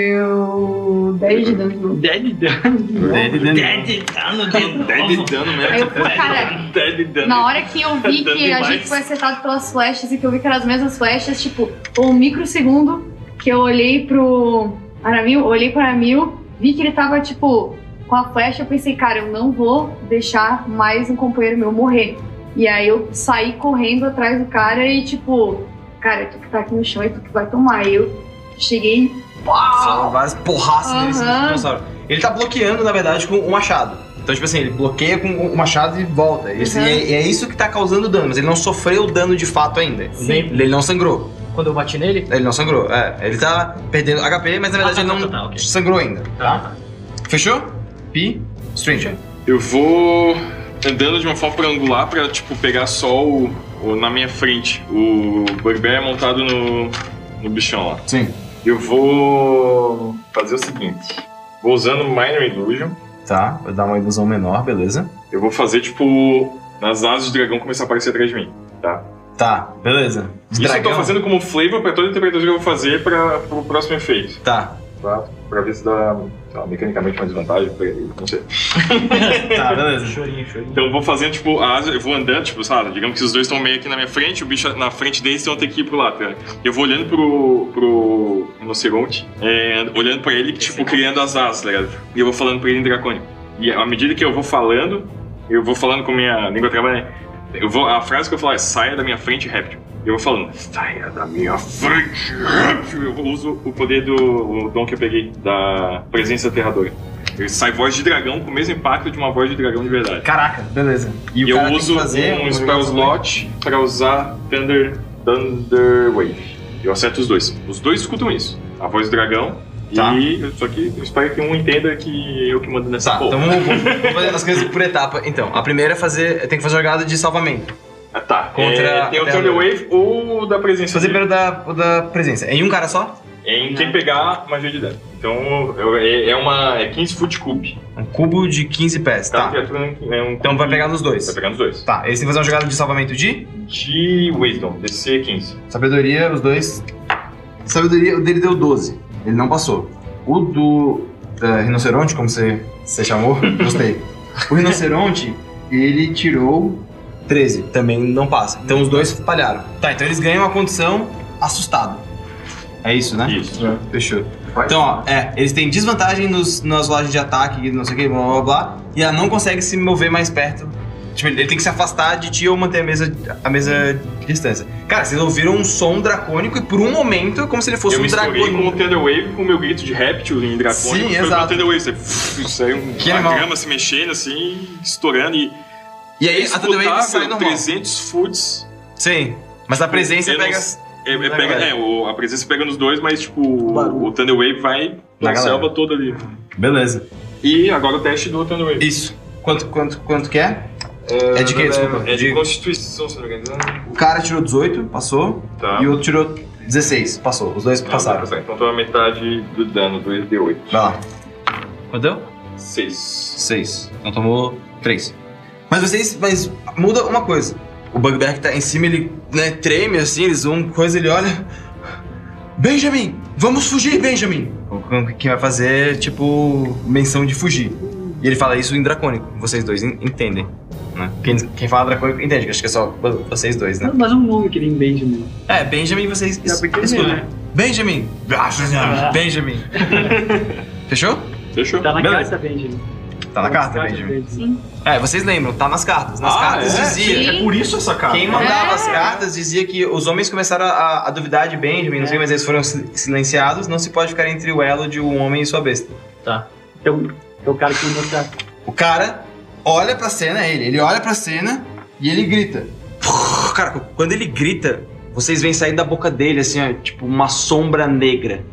Speaker 8: Deu. 10 de dano de novo.
Speaker 2: Dead dano. Dead dano de
Speaker 3: 10 de
Speaker 2: novo.
Speaker 3: dano, né?
Speaker 8: Aí eu fui, cara.
Speaker 3: 10 de dano.
Speaker 8: Na hora que eu vi
Speaker 3: Dando
Speaker 8: que a
Speaker 3: demais.
Speaker 8: gente foi acertado pelas flechas e que eu vi que eram as mesmas flechas, tipo, um microsegundo que eu olhei pro Aramil, olhei pro Aramil, vi que ele tava, tipo, com a flecha, eu pensei, cara, eu não vou deixar mais um companheiro meu morrer. E aí eu saí correndo atrás do cara e, tipo, cara, tu que tá aqui no chão e tu que vai tomar. E eu cheguei.
Speaker 1: Só várias porraças nele em cima do
Speaker 8: Aham.
Speaker 1: dinossauro. Ele tá bloqueando, na verdade, com o machado. Então, tipo assim, ele bloqueia com o machado e volta. Esse-
Speaker 8: Uhum.
Speaker 1: e é, e é isso que tá causando dano, mas ele não sofreu dano de fato ainda.
Speaker 2: Sim.
Speaker 1: Ele não sangrou.
Speaker 2: Quando eu bati nele.
Speaker 1: Ele não sangrou. É, ele tá perdendo HP, mas na verdade
Speaker 2: Ah, tá,
Speaker 1: ele não
Speaker 2: tá, tá, ok.
Speaker 1: sangrou ainda.
Speaker 2: Tá.
Speaker 1: Fechou? Pi, Stranger.
Speaker 3: Eu vou andando de uma forma angular pra, tipo, pegar só o, o- na minha frente. O Bugbear é montado no, no bichão lá.
Speaker 1: Sim.
Speaker 3: Eu vou fazer o seguinte. Vou usando Minor Illusion.
Speaker 1: Tá, vou dar uma ilusão menor, beleza.
Speaker 3: Eu vou fazer, tipo, nas asas do dragão começar a aparecer atrás de mim.
Speaker 1: Tá, beleza.
Speaker 3: Isso eu tô fazendo como flavor pra toda a temperatura que eu vou fazer pra, pro próximo efeito.
Speaker 1: Tá,
Speaker 3: Tá? Pra ver se dá, sei lá, mecanicamente uma desvantagem pra ele, não sei.
Speaker 1: tá, beleza.
Speaker 2: Chorinho, chorinho.
Speaker 3: Então eu vou fazendo, tipo, a asa, eu vou andando, tipo, sabe? Digamos que os dois estão meio aqui na minha frente, o bicho na frente deles, então eu tenho que ir pro lado, cara. Eu vou olhando pro, pro rinoceronte, é, and- olhando pra ele, tipo, criando as asas, tá ligado? E eu vou falando pra ele em dracônico. E à medida que eu vou falando, eu vou falando com minha língua trabalhada, eu vou, a frase que eu falar é saia da minha frente, réptil. E Eu vou falando, saia da minha frente, réptil. Eu vou- uso o poder do o dom que eu peguei, da presença aterradora. Ele sai voz de dragão com o mesmo impacto de uma voz de dragão de verdade.
Speaker 1: Caraca, beleza.
Speaker 3: E
Speaker 1: o
Speaker 3: eu
Speaker 1: cara tem que
Speaker 3: uso
Speaker 1: fazer
Speaker 3: um
Speaker 1: uma
Speaker 3: spell
Speaker 1: ilusão
Speaker 3: slot pra usar Thunder, Thunder Wave. Eu acerto os dois. Os dois escutam isso. A voz do dragão.
Speaker 1: Tá.
Speaker 3: E só que eu espero que um entenda que eu que mando nessa
Speaker 1: Tá,
Speaker 3: porra.
Speaker 1: então vamos, vamos fazer as coisas por etapa. Então, a primeira é fazer. Tem que fazer uma jogada de salvamento.
Speaker 3: Ah, tá.
Speaker 1: então Contra
Speaker 3: É,
Speaker 1: a
Speaker 3: tem o
Speaker 1: Terra
Speaker 3: Thunder
Speaker 1: Lua.
Speaker 3: Wave ou da presença
Speaker 1: Fazer Né.
Speaker 3: de...
Speaker 1: primeiro da, o da presença. É em um cara só?
Speaker 3: em quem pegar magia de dano. Então eu- é, é uma é 15 foot cube.
Speaker 1: Um cubo de 15 pés,
Speaker 3: Cada
Speaker 1: tá.
Speaker 3: criatura é um
Speaker 1: Então vai pegar nos
Speaker 3: Vai
Speaker 1: dois.
Speaker 3: pegar nos dois.
Speaker 1: Tá, eles têm que fazer uma jogada de salvamento de
Speaker 3: De Wisdom, DC 15.
Speaker 1: sabedoria, os dois. Sabedoria, o dele deu 12. Ele não passou. O do da rinoceronte, como você, você chamou, gostei. O rinoceronte, ele tirou 13. Também não passa. Então os dois falharam. Tá, então eles ganham a condição assustado. É isso, né?
Speaker 3: Isso.
Speaker 1: Fechou. Então, ó, é, eles têm desvantagem nos, nas lojas de ataque, não sei o que, blá blá blá, e ela não consegue se mover mais perto. Tipo, ele ele tem que se afastar de ti ou manter a mesa, a mesa de distância. Cara, vocês ouviram um som dracônico e por um momento é como se ele fosse
Speaker 3: eu
Speaker 1: um
Speaker 3: misturei com
Speaker 1: dragão.
Speaker 3: o Thunder Wave com o meu grito de réptil em dracônico.
Speaker 1: Sim,
Speaker 3: foi
Speaker 1: exato.
Speaker 3: O Thunder Wave, você saiu é um uma
Speaker 1: Que animal.
Speaker 3: grama se mexendo assim, estourando e.
Speaker 1: E aí É a também
Speaker 3: Explotável,
Speaker 1: sai normal.
Speaker 3: 300 foots.
Speaker 1: Sim. Mas
Speaker 3: Tipo,
Speaker 1: a presença
Speaker 3: Eu não
Speaker 1: pega.
Speaker 3: É, é,
Speaker 1: Na
Speaker 3: pega,
Speaker 1: galera.
Speaker 3: é, o- a presença pega nos dois, mas tipo, o Thunder Wave vai
Speaker 1: Na
Speaker 3: na
Speaker 1: galera.
Speaker 3: selva toda ali.
Speaker 1: Beleza.
Speaker 3: E agora o teste do Thunder Wave.
Speaker 1: Isso. Quanto, quanto, quanto que é? É de quê? Desculpa.
Speaker 3: É de
Speaker 1: De-
Speaker 3: constituição, se não me engano.
Speaker 1: O cara tirou 18, passou.
Speaker 3: Tá.
Speaker 1: E o outro tirou 16, passou. Os dois
Speaker 3: Não,
Speaker 1: passaram.
Speaker 3: tá, Então tô a metade do dano, 2D8.
Speaker 1: Vai lá.
Speaker 9: Quanto deu?
Speaker 3: 6.
Speaker 1: 6.
Speaker 9: Então tomou 3.
Speaker 1: Mas vocês. Mas muda uma coisa. O Bugbear que tá em cima, ele né, treme assim, eles vão coisa, ele olha. Benjamin! Vamos fugir, Benjamin! O Kronk que vai fazer, tipo, menção de fugir. E ele fala isso em dracônico. Vocês dois en- entendem. né? Quem, quem fala dracônico entende, que acho que é só vo- vocês dois, né?
Speaker 7: Mas é um nome que ele invade, né?
Speaker 1: É, Benjamin vocês es- escutam. Benjamin! Ah. Benjamin! Fechou?
Speaker 3: Fechou?
Speaker 7: Tá na
Speaker 1: Beleza.
Speaker 7: carta, Benjamin.
Speaker 1: Tá na carta, Benjamin. É, vocês lembram, tá nas cartas. Nas
Speaker 3: Ah,
Speaker 1: cartas
Speaker 3: é?
Speaker 1: dizia.
Speaker 8: Sim.
Speaker 6: É por isso essa carta.
Speaker 1: Quem mandava
Speaker 8: É.
Speaker 1: as cartas dizia que os homens começaram a, a duvidar de Benjamin, não sei, mas eles foram sil- silenciados. Não se pode ficar entre o elo de um homem e sua besta.
Speaker 7: Então, é o cara que mandou pra.
Speaker 1: O cara olha pra cena, é ele, ele olha pra cena e ele grita. Cara, quando ele grita, vocês vêm sair da boca dele, assim, ó, tipo uma sombra negra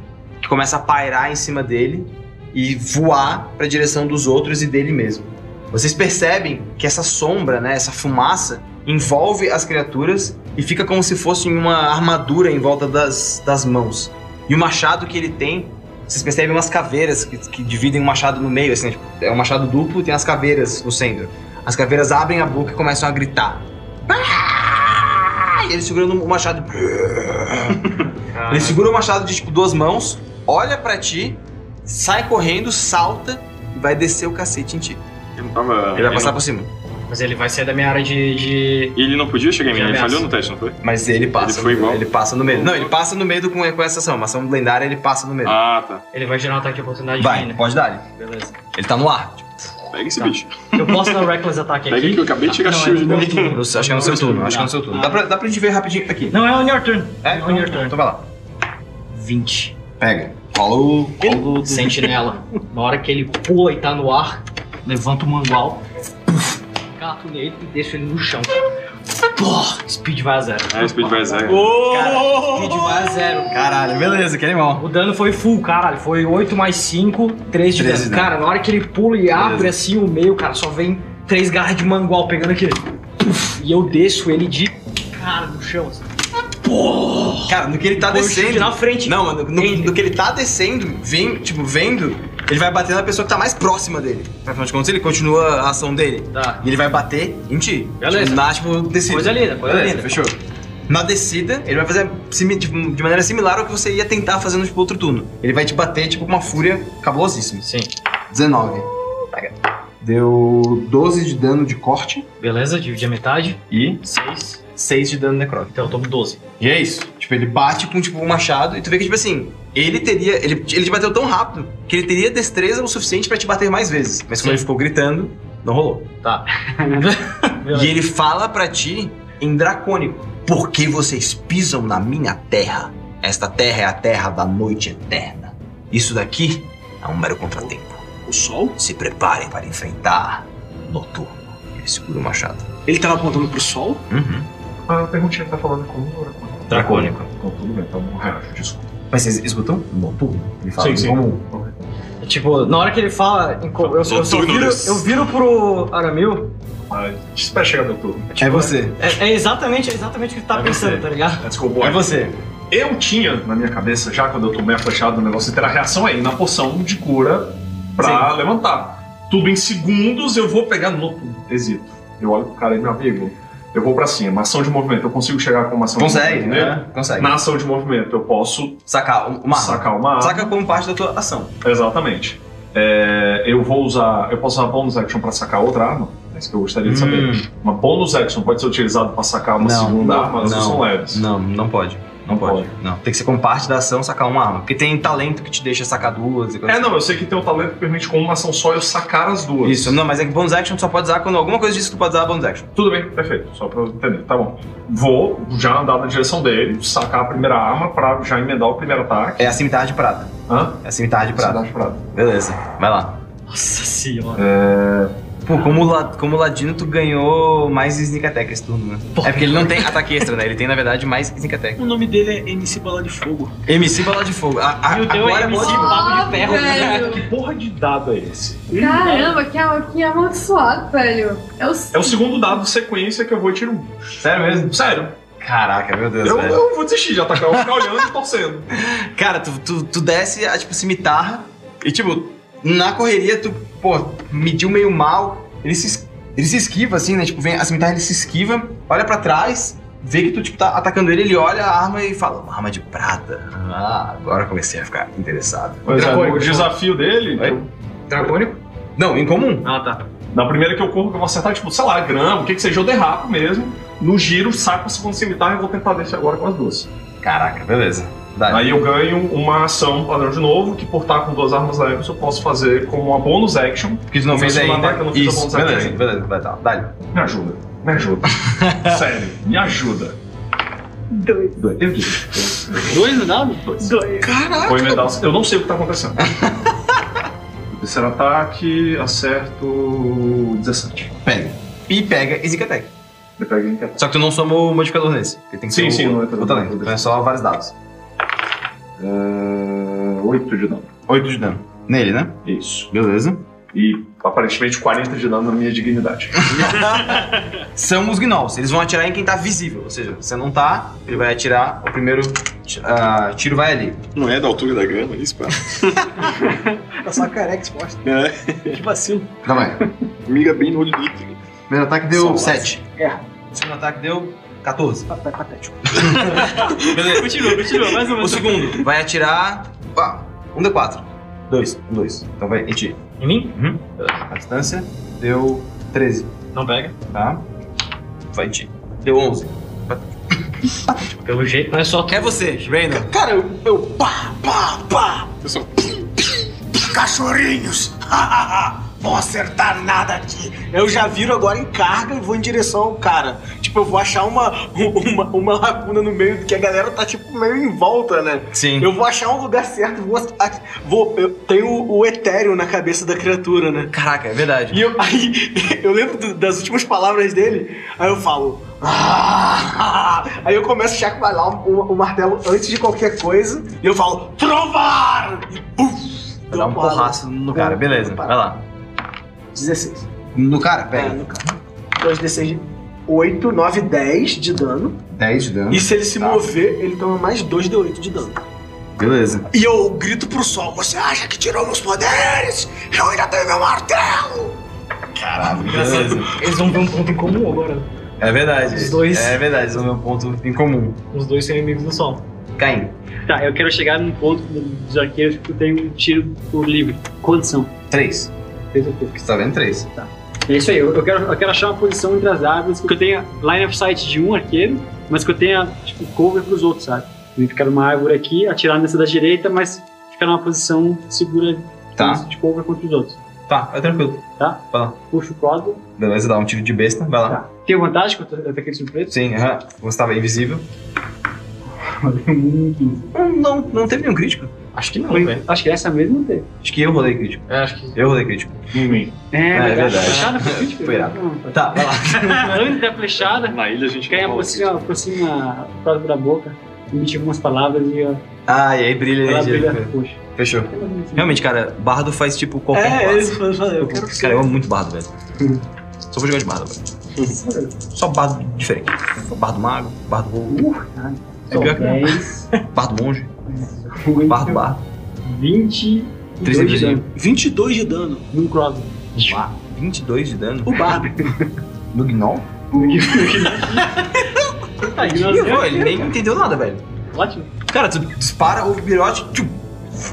Speaker 1: que começa a pairar em cima dele e voar pra direção dos outros e dele mesmo. Vocês percebem que essa sombra, né, essa fumaça, envolve as criaturas e fica como se fosse uma armadura em volta das, das mãos. E o machado que ele tem, vocês percebem umas caveiras que, que dividem o machado no meio, assim, né? Tipo, é um machado duplo e tem as caveiras no centro. As caveiras abrem a boca e começam a gritar. Ah! E ele segurando o machado. Ele segura o machado de tipo duas mãos, olha pra ti, sai correndo, salta e vai descer o cacete em ti.
Speaker 3: Ele não tava.
Speaker 1: Ele vai passar
Speaker 3: não-
Speaker 1: por cima.
Speaker 2: Mas ele vai sair da minha área de. de...
Speaker 3: E ele não podia chegar em mim,
Speaker 2: De
Speaker 3: ele
Speaker 2: ameaça.
Speaker 3: falhou no teste, não foi?
Speaker 2: É.
Speaker 1: Mas ele passa.
Speaker 3: Ele foi igual.
Speaker 1: Ele passa no meio. Não, ele passa no meio do- com, com essa ação. Uma ação lendária, ele passa no meio.
Speaker 3: Ah, tá.
Speaker 2: Ele vai gerar um ataque de oportunidade de mim,
Speaker 1: vai,
Speaker 2: né?
Speaker 1: pode dar. ele.
Speaker 2: Beleza.
Speaker 1: Ele tá no ar. tipo,
Speaker 3: Pega esse
Speaker 2: Tá.
Speaker 3: bicho.
Speaker 2: Eu posso dar um Reckless Attack
Speaker 3: Pega
Speaker 2: aqui?
Speaker 3: que eu acabei de né? tirar
Speaker 2: Não, é
Speaker 3: shield
Speaker 2: no
Speaker 3: dele.
Speaker 2: meu turno.
Speaker 1: no- acho que é no seu turno. Acho que é no seu turno. Dá pra, dá pra gente ver rapidinho aqui.
Speaker 2: Não, é on your turn.
Speaker 1: É,
Speaker 2: on your turn.
Speaker 1: então vai lá.
Speaker 2: 20.
Speaker 1: Pega. Rola o. rola o-
Speaker 2: Sentinela. Na hora que ele pula e tá no ar, levanta o mangual, puf, cato nele e deixo ele no chão. Pô, speed vai a zero.
Speaker 3: É, Speed vai zero.
Speaker 2: Cara, speed vai a zero.
Speaker 1: Caralho, beleza, que animal.
Speaker 2: O dano foi full, caralho. Foi 8 mais 5, 3 de
Speaker 1: 13
Speaker 2: dano.
Speaker 1: dano.
Speaker 2: Cara, na hora que ele pula e abre assim o meio, cara, só vem três garras de mangual pegando aqui. Puf, e eu deixo ele de cara no chão. Assim.
Speaker 1: Cara, no que ele tá
Speaker 2: Põe o chute
Speaker 1: descendo.
Speaker 2: na frente.
Speaker 1: Não, mano, no,
Speaker 2: Entra.
Speaker 1: no que ele tá descendo, vem, tipo, vendo, ele vai bater na pessoa que tá mais próxima dele. Afinal de contas, ele continua a ação dele.
Speaker 2: Tá.
Speaker 1: E ele vai bater em ti.
Speaker 2: Beleza.
Speaker 1: Tipo, na, tipo, descida.
Speaker 2: Coisa linda, coisa
Speaker 1: Beleza,
Speaker 2: linda.
Speaker 1: fechou. Na descida, ele vai fazer simi- tipo, de maneira similar ao que você ia tentar fazer no tipo, outro turno. Ele vai te bater, tipo, com uma fúria cabulosíssima.
Speaker 2: Sim.
Speaker 1: 19. Pega. Deu 12 de dano de corte
Speaker 2: Beleza, dividi a metade.
Speaker 1: e
Speaker 2: 6.
Speaker 1: 6 de dano necrótico.
Speaker 2: Então eu tomo 12.
Speaker 1: E é isso. Tipo, ele bate com tipo um machado e tu vê que, tipo assim, ele teria. Ele, ele te bateu tão rápido que ele teria destreza o suficiente pra te bater mais vezes. Mas como
Speaker 2: Sim.
Speaker 1: ele ficou gritando, não rolou.
Speaker 2: Tá.
Speaker 1: E ele fala pra ti em dracônico: Por que vocês pisam na minha terra? Esta terra é a terra da noite eterna. Isso daqui é um mero contratempo.
Speaker 4: O sol?
Speaker 1: Se preparem para enfrentar noturno. Ele segura o machado.
Speaker 4: Ele tava apontando pro sol?
Speaker 1: Uhum.
Speaker 6: A perguntinha que tá falando com o Oracon.
Speaker 2: Dracônico.
Speaker 6: Então, tudo bem, então relaxa, desculpa.
Speaker 1: Mas vocês escutam? Noturno. Ele fala
Speaker 6: Sim, sim.
Speaker 1: como
Speaker 2: Tipo, na hora que ele fala, em co- eu, eu, só viro,
Speaker 3: Noturnos.
Speaker 2: eu viro pro Aramil.
Speaker 6: Mas espera chegar meu turno.
Speaker 1: É você.
Speaker 2: É, é exatamente, é exatamente o que ele tá
Speaker 6: É
Speaker 2: pensando,
Speaker 6: você.
Speaker 2: tá ligado?
Speaker 6: Desculpa.
Speaker 1: É você.
Speaker 6: Eu tinha na minha cabeça, já quando eu tomei a flechada do negócio, ter a reação aí na poção de cura pra levantar. Tudo em segundos, eu vou pegar no quesito. Eu olho pro cara e meu amigo, eu vou pra cima, ação de movimento, eu consigo chegar com uma ação
Speaker 1: Consegue,
Speaker 6: de movimento.
Speaker 1: né? Consegue.
Speaker 6: Na ação de movimento, eu posso
Speaker 1: Sacar um, uma arma.
Speaker 6: sacar uma arma.
Speaker 1: Saca como parte da tua ação.
Speaker 6: Exatamente. É, eu vou usar. Eu posso usar bônus action pra sacar outra arma? É isso que eu gostaria de saber.
Speaker 2: Hum.
Speaker 6: Uma bônus action pode ser utilizado pra sacar uma
Speaker 1: Hum. Não,
Speaker 6: segunda
Speaker 1: não,
Speaker 6: arma, elas não
Speaker 1: não.
Speaker 6: são leves.
Speaker 1: Não, não pode. Não
Speaker 6: Não
Speaker 1: pode. Não. Tem que ser como parte da ação sacar uma arma. Porque tem talento que te deixa sacar duas e coisa
Speaker 6: É, não, eu sei que tem um talento que permite com uma ação só eu sacar as duas.
Speaker 1: Isso, não, mas é que bonus action tu só pode usar quando alguma coisa diz que tu pode usar bonus action.
Speaker 6: Tudo bem, perfeito. Só pra eu entender. Tá bom. Vou já andar na direção dele, sacar a primeira arma pra já emendar o primeiro ataque.
Speaker 1: É a cimitarra de prata.
Speaker 6: Hã?
Speaker 1: É a cimitarra de prata.
Speaker 6: Cidade Prada.
Speaker 1: Beleza, vai lá.
Speaker 2: Nossa senhora.
Speaker 7: É.
Speaker 1: Pô, como, la- como ladino, tu ganhou mais sneak attack esse turno, né? É porque ele não tem ataque extra, né? Ele tem, na verdade, mais sneak attack.
Speaker 4: O nome dele é MC Bola de Fogo.
Speaker 1: MC Bola de Fogo. A, a,
Speaker 7: E o teu
Speaker 1: agora
Speaker 7: é MC
Speaker 1: pode...
Speaker 7: Babo de Ferro.
Speaker 8: Ah,
Speaker 7: né?
Speaker 8: velho.
Speaker 6: Que porra de dado é esse?
Speaker 8: Caramba, que, am- que amaldiçoado, velho. É o...
Speaker 6: É o segundo dado de sequência que eu vou e tiro um.
Speaker 1: Sério mesmo?
Speaker 6: Sério,
Speaker 1: Caraca, meu Deus,
Speaker 6: eu,
Speaker 1: velho.
Speaker 6: eu vou desistir de atacar, eu vou ficar olhando e torcendo.
Speaker 1: Cara, tu, tu, tu desce a, tipo, cimitarra e, tipo, na correria tu, pô, mediu meio mal. Ele se, es- ele se esquiva, assim, né? Tipo, vem a cimitarra, ele se esquiva, olha pra trás, vê que tu, tipo, tá atacando ele, ele olha a arma e fala, uma arma de prata. Ah, agora eu comecei a ficar interessado.
Speaker 6: Pois é,
Speaker 2: Dracônico.
Speaker 6: o desafio dele.
Speaker 1: Vai.
Speaker 6: eu-
Speaker 2: Dracônico?
Speaker 1: Não, em comum.
Speaker 2: Ah, tá.
Speaker 6: na primeira que eu corro, que eu vou acertar, tipo, sei lá, grama, o que que seja, eu derrapo mesmo. No giro, saco a segunda cimitarra e vou tentar descer agora com as duas.
Speaker 1: Caraca, beleza. Dá.
Speaker 6: Aí eu ganho uma ação padrão de novo, que por estar com duas armas leves eu posso fazer como uma bônus action.
Speaker 1: Porque tu não
Speaker 6: eu
Speaker 1: fez
Speaker 6: fiz um
Speaker 1: ainda.
Speaker 6: ataque, eu não fiz a
Speaker 1: Isso,
Speaker 6: bônus action
Speaker 1: beleza,
Speaker 6: ainda.
Speaker 1: beleza, vai tá. dar. Dá.
Speaker 6: Me ajuda, me ajuda. Sério, me ajuda.
Speaker 8: Dois.
Speaker 6: Eu disse.
Speaker 7: Dois no dado?
Speaker 8: Dois.
Speaker 6: Vou emendar os- Eu não sei o que tá acontecendo. O Terceiro ataque, acerto 17.
Speaker 1: Pega. E pega Sneak Attack.
Speaker 6: Ele pega em
Speaker 1: Só que tu não soma o modificador nesse. Porque tem que
Speaker 6: Sim,
Speaker 1: ser
Speaker 6: sim,
Speaker 1: o,
Speaker 6: não
Speaker 1: o,
Speaker 6: entra no
Speaker 1: talento.
Speaker 6: modificador.
Speaker 1: Então é só vários dados.
Speaker 6: 8 de dano. Ah,
Speaker 1: 8 de dano. Nele, né?
Speaker 6: Isso.
Speaker 1: Beleza.
Speaker 6: E aparentemente 40 de dano na minha dignidade.
Speaker 1: São os gnolls. Eles vão atirar em quem tá visível. Ou seja, você não tá, ele vai atirar, o primeiro ti- ah, tiro vai ali.
Speaker 3: Não é da altura da grama, isso, pá.
Speaker 4: Tá só careca exposta.
Speaker 3: É.
Speaker 4: Que vacilo.
Speaker 1: Também.
Speaker 3: Mira bem no olho do item.
Speaker 1: Tá Primeiro ataque deu 7.
Speaker 2: É.
Speaker 4: Erra.
Speaker 1: Segundo ataque deu 14.
Speaker 4: Pat- pat- Patético.
Speaker 1: Beleza.
Speaker 2: Continua, continua, mais uma.
Speaker 1: O segundo vai atirar. Ah, um deu 4. 2, 2. Então vai, eti.
Speaker 2: Em mim?
Speaker 1: Uhum. A distância deu 13.
Speaker 2: Não pega.
Speaker 1: Tá? Vai, eti. Deu 11.
Speaker 2: Pelo jeito, mas só
Speaker 1: É você, Reynor.
Speaker 4: Cara, eu, eu pá, pá, pá.
Speaker 3: Eu só.
Speaker 4: Cachorrinhos. Vão acertar nada aqui. Eu já viro agora em carga e vou em direção ao cara. Tipo, eu vou achar uma, uma, uma lacuna no meio, que a galera tá tipo meio em volta, né?
Speaker 1: Sim.
Speaker 4: Eu vou achar um lugar certo, vou. a- vou eu tenho o, o etéreo na cabeça da criatura, né?
Speaker 1: Caraca, é verdade.
Speaker 4: E eu, aí, eu lembro do- das últimas palavras dele, aí eu falo. "Ah!" Aí eu começo a chacoalhar o, o- o martelo antes de qualquer coisa, e eu falo, trovar! E puf!
Speaker 1: Vai dar um
Speaker 4: porrada.
Speaker 1: porraço no cara, beleza. Vai lá.
Speaker 4: 16.
Speaker 1: No cara,
Speaker 4: É,
Speaker 1: pega.
Speaker 4: no cara. 2d6 de 8, 9, 10 de dano.
Speaker 1: 10 de dano.
Speaker 4: E se ele se
Speaker 1: Tá.
Speaker 4: mover, ele toma mais 2d8 de dano.
Speaker 1: Beleza.
Speaker 4: E eu grito pro sol: Você acha que tirou meus poderes? Eu ainda tenho meu martelo!
Speaker 1: Beleza.
Speaker 2: Eles vão ver um ponto em comum agora.
Speaker 1: É verdade.
Speaker 2: Os dois.
Speaker 1: É verdade, esse é o meu ponto em comum.
Speaker 7: Os dois são inimigos do sol.
Speaker 1: Caim.
Speaker 7: Tá, eu quero chegar num ponto dos arqueiros que eu tenho um tiro por livre. Condição.
Speaker 1: 3. Você tá vendo 3.
Speaker 7: É isso aí, eu, eu quero, eu quero achar uma posição entre as árvores que eu tenha line of sight de um arqueiro, mas que eu tenha, tipo, cover pros outros, sabe? Eu ficar numa árvore aqui, atirar nessa da direita, mas ficar numa posição segura
Speaker 1: Tá.
Speaker 7: de cover contra os outros.
Speaker 1: Tá, vai tranquilo.
Speaker 7: Tá?
Speaker 1: Vai lá.
Speaker 7: Puxo o crossbow.
Speaker 1: Beleza, dá um tiro de besta. Vai lá.
Speaker 7: Tá. Tem vantagem que eu tô- eu ataquei de surpresa?
Speaker 1: Sim, aham. Você tava invisível.
Speaker 7: Um 15.
Speaker 1: Não, Hum, não, não teve nenhum crítico. Acho que não,
Speaker 7: Foi-
Speaker 1: velho.
Speaker 7: acho que é essa mesmo não teve.
Speaker 1: Acho que eu rolei crítico.
Speaker 2: É, acho que.
Speaker 1: Eu rolei crítico.
Speaker 6: Em mim.
Speaker 7: É,
Speaker 1: é verdade.
Speaker 7: Flechada foi crítica?
Speaker 1: Foi irado.
Speaker 7: Não,
Speaker 1: Tá,
Speaker 7: tá.
Speaker 1: vai lá.
Speaker 7: Antes da flechada,
Speaker 3: Na ilha a gente
Speaker 2: é
Speaker 7: ganha
Speaker 3: não
Speaker 7: por
Speaker 3: fala
Speaker 7: cima, por cima, próximo da boca, emitir algumas palavras e ó,
Speaker 1: Ah, e aí brilha a
Speaker 7: ela
Speaker 1: energia.
Speaker 7: brilha. Puxa.
Speaker 1: Fechou. Realmente, cara, bardo faz tipo qualquer
Speaker 4: É,
Speaker 1: classe.
Speaker 4: isso eu falei, eu quero que
Speaker 1: Cara, eu amo muito bardo, velho. Só vou jogar de bardo agora. Só bardo diferente. Bardo mago, bardo roubo, É pior que não.
Speaker 7: 10,
Speaker 1: bardo monge,
Speaker 7: 8,
Speaker 1: bardo bardo.
Speaker 7: 20
Speaker 1: Três
Speaker 7: dois de
Speaker 1: vezes.
Speaker 7: dano
Speaker 4: 22 de dano.
Speaker 7: num crossbow.
Speaker 1: Uau, 22 de dano.
Speaker 4: O bardo.
Speaker 1: No gnom? Pô, ele nem entendeu nada, velho.
Speaker 7: Tá, Ótimo.
Speaker 1: Cara, tu dispara o virote, tchum,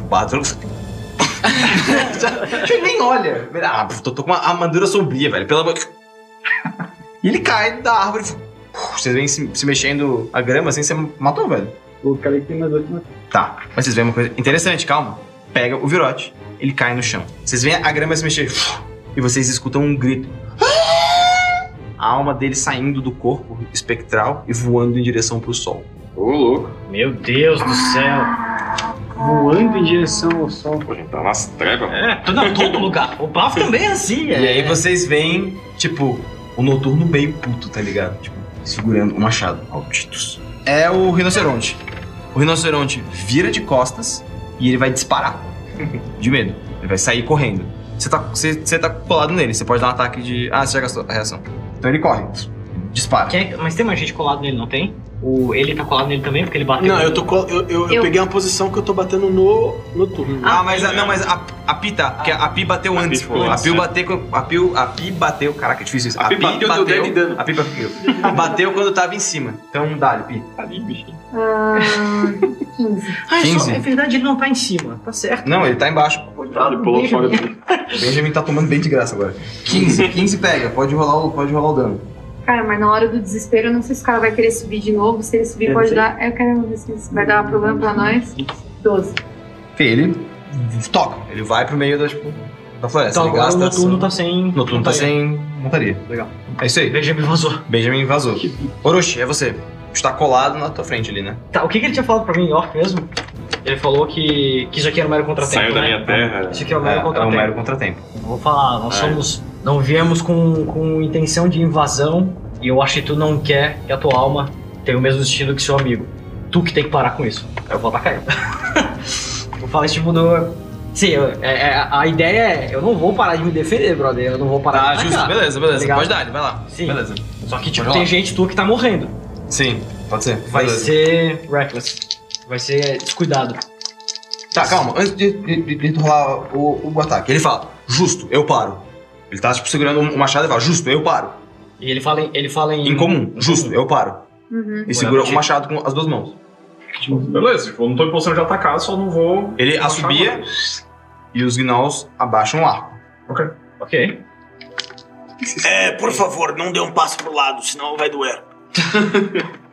Speaker 1: bateu. Ele nem olha. Ah, pô, tô, tô com uma armadura sombria, velho. Pelo amor. E ele cai da árvore. Vocês vêm se, se mexendo a grama assim, você matou, velho.
Speaker 7: O cara que tem mais 8 matou.
Speaker 1: Tá, mas vocês veem uma coisa interessante, calma. Pega o virote, ele cai no chão. Vocês veem a grama se mexer e vocês escutam um grito. A alma dele saindo do corpo espectral e voando em direção pro sol.
Speaker 3: isso. Ô, louco.
Speaker 2: Meu Deus do céu.
Speaker 7: Voando em direção ao sol.
Speaker 3: Pô, a gente tá nas trevas, mano.
Speaker 2: É, todo, todo lugar. O bafo também é assim, é.
Speaker 1: E aí vocês veem, tipo, o noturno meio puto, tá ligado? Tipo, segurando o machado. Malditos. É o rinoceronte. O rinoceronte vira de costas e ele vai disparar. De medo. Ele vai sair correndo. Você tá, você, você tá colado nele, você pode dar um ataque de. Ah, você já gastou a reação. Então ele corre. Dispara.
Speaker 2: Quem é que- mas tem mais gente colado nele, não tem? O, ele tá colado nele também, porque ele bateu.
Speaker 4: Não, eu tô. col- Eu, eu, eu
Speaker 8: Eu-
Speaker 4: peguei uma posição que eu tô batendo no, no turno.
Speaker 1: Ah, mas a, não, mas a, a Pi tá, porque a Pi bateu
Speaker 3: Ah. A Pi
Speaker 1: antes,
Speaker 3: ficou
Speaker 1: pô. A
Speaker 3: antes,
Speaker 1: Pi
Speaker 3: né?
Speaker 1: bateu, com- a Pi, a Pi bateu, caraca, é difícil isso.
Speaker 3: A Pi bateu, deu 10 de dano.
Speaker 1: A Pi bateu. bateu quando tava em cima. Então, dá-lhe, Pi.
Speaker 3: Ali, bichinho.
Speaker 8: Ah, 15.
Speaker 2: Ah, é, só-
Speaker 1: 15.
Speaker 2: é verdade, ele não tá em cima. Tá certo.
Speaker 1: Não, ele tá embaixo.
Speaker 3: Ele pulou fora do.
Speaker 1: O Benjamin tá tomando bem de graça agora. 15, 15 pega, pode rolar o, pode rolar o dano.
Speaker 8: Cara, mas na hora do desespero, eu não sei se o cara vai querer subir de novo. Se ele subir,
Speaker 7: Eu
Speaker 8: pode
Speaker 7: sei.
Speaker 8: dar. Eu quero ver se isso vai dar um problema pra nós. 12.
Speaker 1: Ele toca, ele vai pro meio da, tipo, da floresta.
Speaker 2: Então
Speaker 1: ele
Speaker 2: agora
Speaker 1: gasta
Speaker 2: o noturno
Speaker 1: ação.
Speaker 2: tá sem.
Speaker 1: Noturno tá sem montaria.
Speaker 2: Legal.
Speaker 1: É isso aí.
Speaker 2: Veja, me vazou.
Speaker 1: Benjamin vazou. Orochi, é você. Tu tá colado na tua frente ali, né?
Speaker 2: Tá, o que, que ele tinha falado pra mim em off mesmo? Ele falou que, que isso aqui era um mero contratempo.
Speaker 3: Saiu da
Speaker 2: né?
Speaker 3: minha terra.
Speaker 2: Isso aqui é um mero
Speaker 1: é um
Speaker 2: contratempo.
Speaker 1: mero contratempo.
Speaker 2: Vou falar, nós
Speaker 3: É.
Speaker 2: somos. Não viemos com, com intenção de invasão e eu acho que tu não quer que a tua alma tenha o mesmo destino que seu amigo. Tu que tem que parar com isso. Aí eu vou atacar ele. vou falar isso tipo do.
Speaker 10: Sim, eu- é- é- a ideia é, eu não vou parar de me defender, brother. Eu não vou parar
Speaker 2: Ah,
Speaker 9: Tá,
Speaker 10: de
Speaker 9: justo.
Speaker 10: atacar.
Speaker 9: Beleza, beleza.
Speaker 10: Legal.
Speaker 9: Pode dar, ele vai lá.
Speaker 10: Sim.
Speaker 9: Beleza.
Speaker 10: Só que, tipo,
Speaker 9: Pode
Speaker 10: tem
Speaker 9: lá.
Speaker 10: gente tua que tá morrendo.
Speaker 9: Sim, pode ser.
Speaker 10: Vai
Speaker 9: Beleza.
Speaker 10: ser reckless. Vai ser descuidado.
Speaker 1: Tá, calma. Antes de, de, de, de tu rolar o, o ataque, ele fala, justo, eu paro. Ele tá, tipo, segurando o machado e fala, justo, eu paro.
Speaker 10: E ele fala em. Ele fala em,
Speaker 1: Em comum, justo, eu paro.
Speaker 8: Uhum.
Speaker 1: E segura o machado com as duas mãos.
Speaker 6: Beleza, tipo, eu não tô em posição de atacar, só não vou.
Speaker 1: Ele assobia e os gnolls abaixam o arco.
Speaker 2: Ok.
Speaker 4: É, por favor, não dê um passo pro lado, senão vai doer.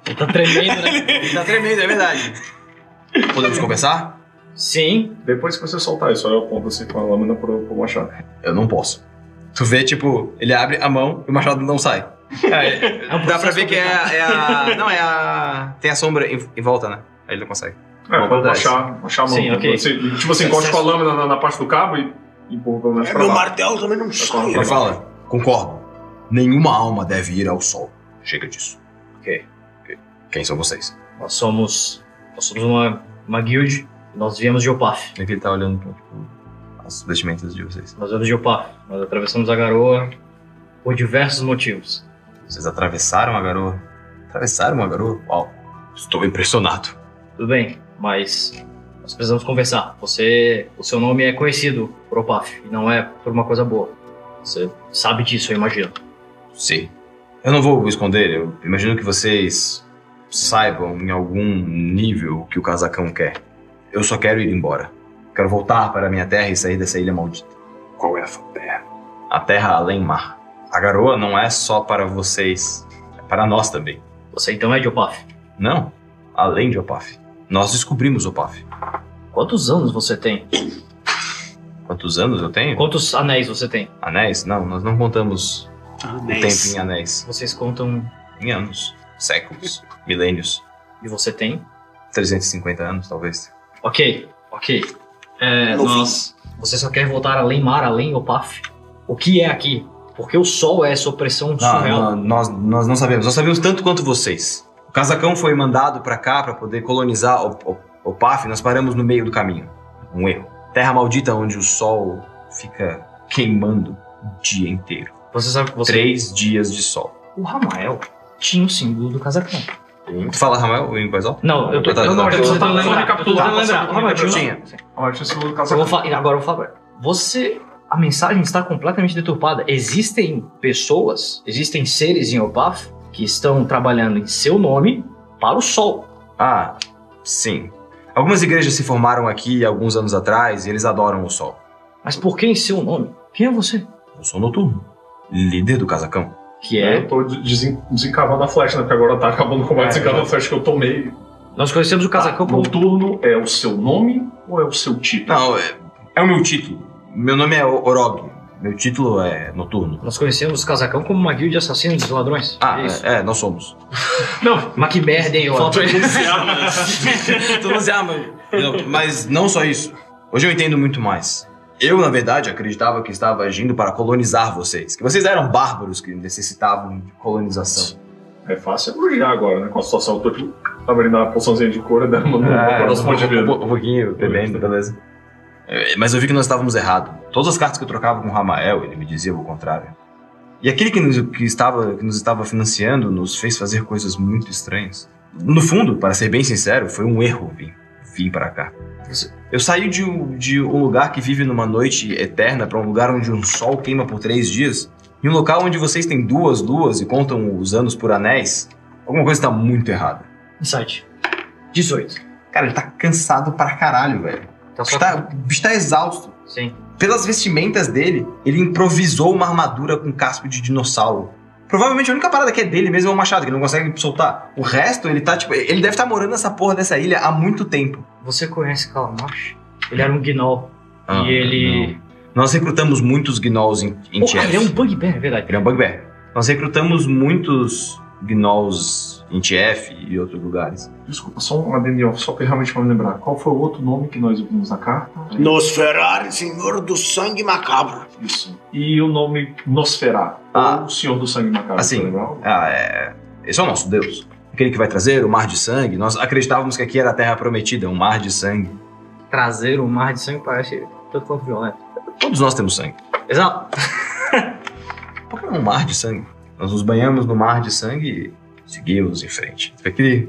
Speaker 10: Ele tá tremendo, né?
Speaker 1: Ele tá tremendo, é verdade. Podemos conversar?
Speaker 10: Sim.
Speaker 6: Depois que você soltar isso, aí eu aponto assim com a lâmina pro, pro machado.
Speaker 1: Eu não posso. Tu vê, tipo, ele abre a mão e o machado não sai.
Speaker 10: É um
Speaker 1: Dá pra
Speaker 10: processo
Speaker 1: ver que é, a- é a. Não, é a. Tem a sombra em, em volta, né? Aí ele não consegue.
Speaker 6: É,
Speaker 1: pra
Speaker 6: pra
Speaker 1: trás.
Speaker 6: machar, machar a mão.
Speaker 2: Sim, ok.
Speaker 6: Você- tipo assim, encosta com a lâmina na, na parte do cabo e e empurra pelo menos
Speaker 4: É,
Speaker 6: pra
Speaker 4: meu
Speaker 6: lá.
Speaker 4: martelo também não sai.
Speaker 1: Ele fala: concordo. Nenhuma alma deve ir ao sol. Chega disso.
Speaker 2: Ok.
Speaker 1: Quem são vocês?
Speaker 2: Nós somos. Nós somos uma, uma guild. Nós viemos de Opaf.
Speaker 1: É que ele tá olhando pra, tipo, as vestimentas de vocês.
Speaker 2: Nós viemos de Opaf. Nós atravessamos a garoa por diversos motivos.
Speaker 1: Vocês atravessaram a garoa? Atravessaram a garoa? Uau. Estou impressionado.
Speaker 2: Tudo bem, mas nós precisamos conversar. Você. O seu nome é conhecido por Opaf. E não é por uma coisa boa. Você sabe disso, eu imagino.
Speaker 1: Sim. Eu não vou esconder, eu imagino que vocês saibam em algum nível o que o casacão quer. Eu só quero ir embora. Quero voltar para a minha terra e sair dessa ilha maldita.
Speaker 5: Qual é a sua terra?
Speaker 1: A terra além mar. A garoa não é só para vocês, é para nós também.
Speaker 2: Você então é de Opaf.
Speaker 1: Não, além de Opaf. Nós descobrimos Opaf.
Speaker 2: Quantos anos você tem?
Speaker 1: Quantos anos eu tenho?
Speaker 2: Quantos anéis você tem?
Speaker 1: Anéis? Não, nós não contamos o tempo em anéis.
Speaker 2: Vocês contam.
Speaker 1: Em anos, séculos, milênios.
Speaker 2: E você tem?
Speaker 1: 350 anos, talvez.
Speaker 2: Ok, ok. É, nós. Você só quer voltar além mar, além Opaf? O que é aqui? Porque o sol é essa opressão
Speaker 1: Não,
Speaker 2: surreal.
Speaker 1: não, nós, nós não sabemos. Nós sabemos tanto quanto vocês. O casacão foi mandado pra cá pra poder colonizar o, o, o PAF. Nós paramos no meio do caminho. Um erro. Terra maldita onde o sol fica queimando o dia inteiro.
Speaker 2: Você sabe que você.
Speaker 1: Três dias de sol.
Speaker 2: O Ramael tinha o símbolo do casacão.
Speaker 1: Tu fala, Ramal, em voz alta?
Speaker 2: Não, eu tô.
Speaker 1: Tá, tá,
Speaker 2: não, não,
Speaker 1: tá.
Speaker 2: eu tô tentando
Speaker 6: Só
Speaker 2: lembrar. Eu tô
Speaker 6: recapitulando,
Speaker 2: tentando lembrar.
Speaker 6: só
Speaker 2: Ramael,
Speaker 6: recapitulando.
Speaker 2: tinha-
Speaker 1: Tinha.
Speaker 6: Ah, eu tinha sido do
Speaker 2: Eu
Speaker 6: casaco.
Speaker 2: vou falar, agora eu vou falar. Você. A mensagem está completamente deturpada. Existem pessoas, existem seres em Opaf que estão trabalhando em seu nome para o sol.
Speaker 1: Ah, sim. Algumas igrejas se formaram aqui alguns anos atrás e eles adoram o sol.
Speaker 2: Mas por que em seu nome? Quem é você?
Speaker 1: Eu sou noturno. Líder do casacão.
Speaker 2: Que
Speaker 6: É,
Speaker 2: é.
Speaker 6: Eu tô desen- desencavando a flecha, né? Porque agora tá acabando o combate
Speaker 2: É,
Speaker 6: desencavando a flecha que eu tomei.
Speaker 2: Nós
Speaker 1: Ah,
Speaker 2: conhecemos o casacão como.
Speaker 6: Ah, Noturno é o seu nome ou é o seu título?
Speaker 1: Não, é, é o meu título. Meu nome é Orob. Meu título é Noturno.
Speaker 2: Nós conhecemos o casacão como uma guilda de assassinos e ladrões.
Speaker 1: Ah,
Speaker 2: É isso.
Speaker 1: é, é, nós somos.
Speaker 2: Não, mas que merda, hein, ó.
Speaker 1: Todos amam. Não, mas não só isso. Hoje eu entendo muito mais. Eu, na verdade, acreditava que estava agindo para colonizar vocês. Que vocês eram bárbaros que necessitavam de colonização.
Speaker 6: É fácil elogiar agora, né? Com a situação. Eu tô tipo, abrindo a poçãozinha de cor e dando uma
Speaker 1: É,
Speaker 6: nosso ponto de vida.
Speaker 1: um pouquinho, bebendo, beleza. É, Mas eu vi que nós estávamos errados. Todas as cartas que eu trocava com o Ramael, ele me dizia o contrário. E aquele que nos, que estava, que nos estava financiando nos fez fazer coisas muito estranhas. No fundo, para ser bem sincero, foi um erro vir, vir para cá. Eu saí de, um- de um lugar que vive numa noite eterna para um lugar onde um sol queima por três dias, em um local onde vocês têm duas luas e contam os anos por anéis. Alguma coisa está muito errada.
Speaker 2: Insight. 18.
Speaker 1: Cara, ele tá cansado pra caralho, velho.
Speaker 2: Tá
Speaker 1: O bicho
Speaker 2: só.
Speaker 1: tá- O bicho tá exausto.
Speaker 2: Sim.
Speaker 1: Pelas vestimentas dele, ele improvisou uma armadura com casco de dinossauro. Provavelmente a única parada que é dele mesmo é o machado, que ele não consegue soltar. O resto, ele tá, tipo, ele deve estar morando nessa porra dessa ilha há muito tempo.
Speaker 2: Você conhece Calamash? Ele era um gnoll. e ele.
Speaker 1: Ah, Nós recrutamos muitos gnolls em, em
Speaker 2: Oh, ah,
Speaker 1: Tieres.
Speaker 2: ele é um bugbear, é verdade.
Speaker 1: Ele é um bugbear. Nós recrutamos muitos gnolls em TF e outros lugares.
Speaker 6: Desculpa, só uma DNO, só pra eu realmente pra me lembrar. Qual foi o outro nome que nós vimos na carta?
Speaker 4: Nosferari, senhor do sangue macabro.
Speaker 6: Isso. E o nome Nosferá,
Speaker 1: Ah.
Speaker 6: ou o Senhor do Sangue Macabro.
Speaker 1: Assim.
Speaker 6: tá legal?
Speaker 1: Ah, é. Esse é o nosso Deus. Aquele que vai trazer o mar de sangue. Nós acreditávamos que aqui era a terra prometida, um mar de sangue.
Speaker 2: Trazer o mar de sangue parece tanto quanto violento.
Speaker 1: Todos nós temos sangue.
Speaker 2: Exato.
Speaker 1: Por que não um mar de sangue? Nós nos banhamos no mar de sangue e seguimos em frente. Fica aqui.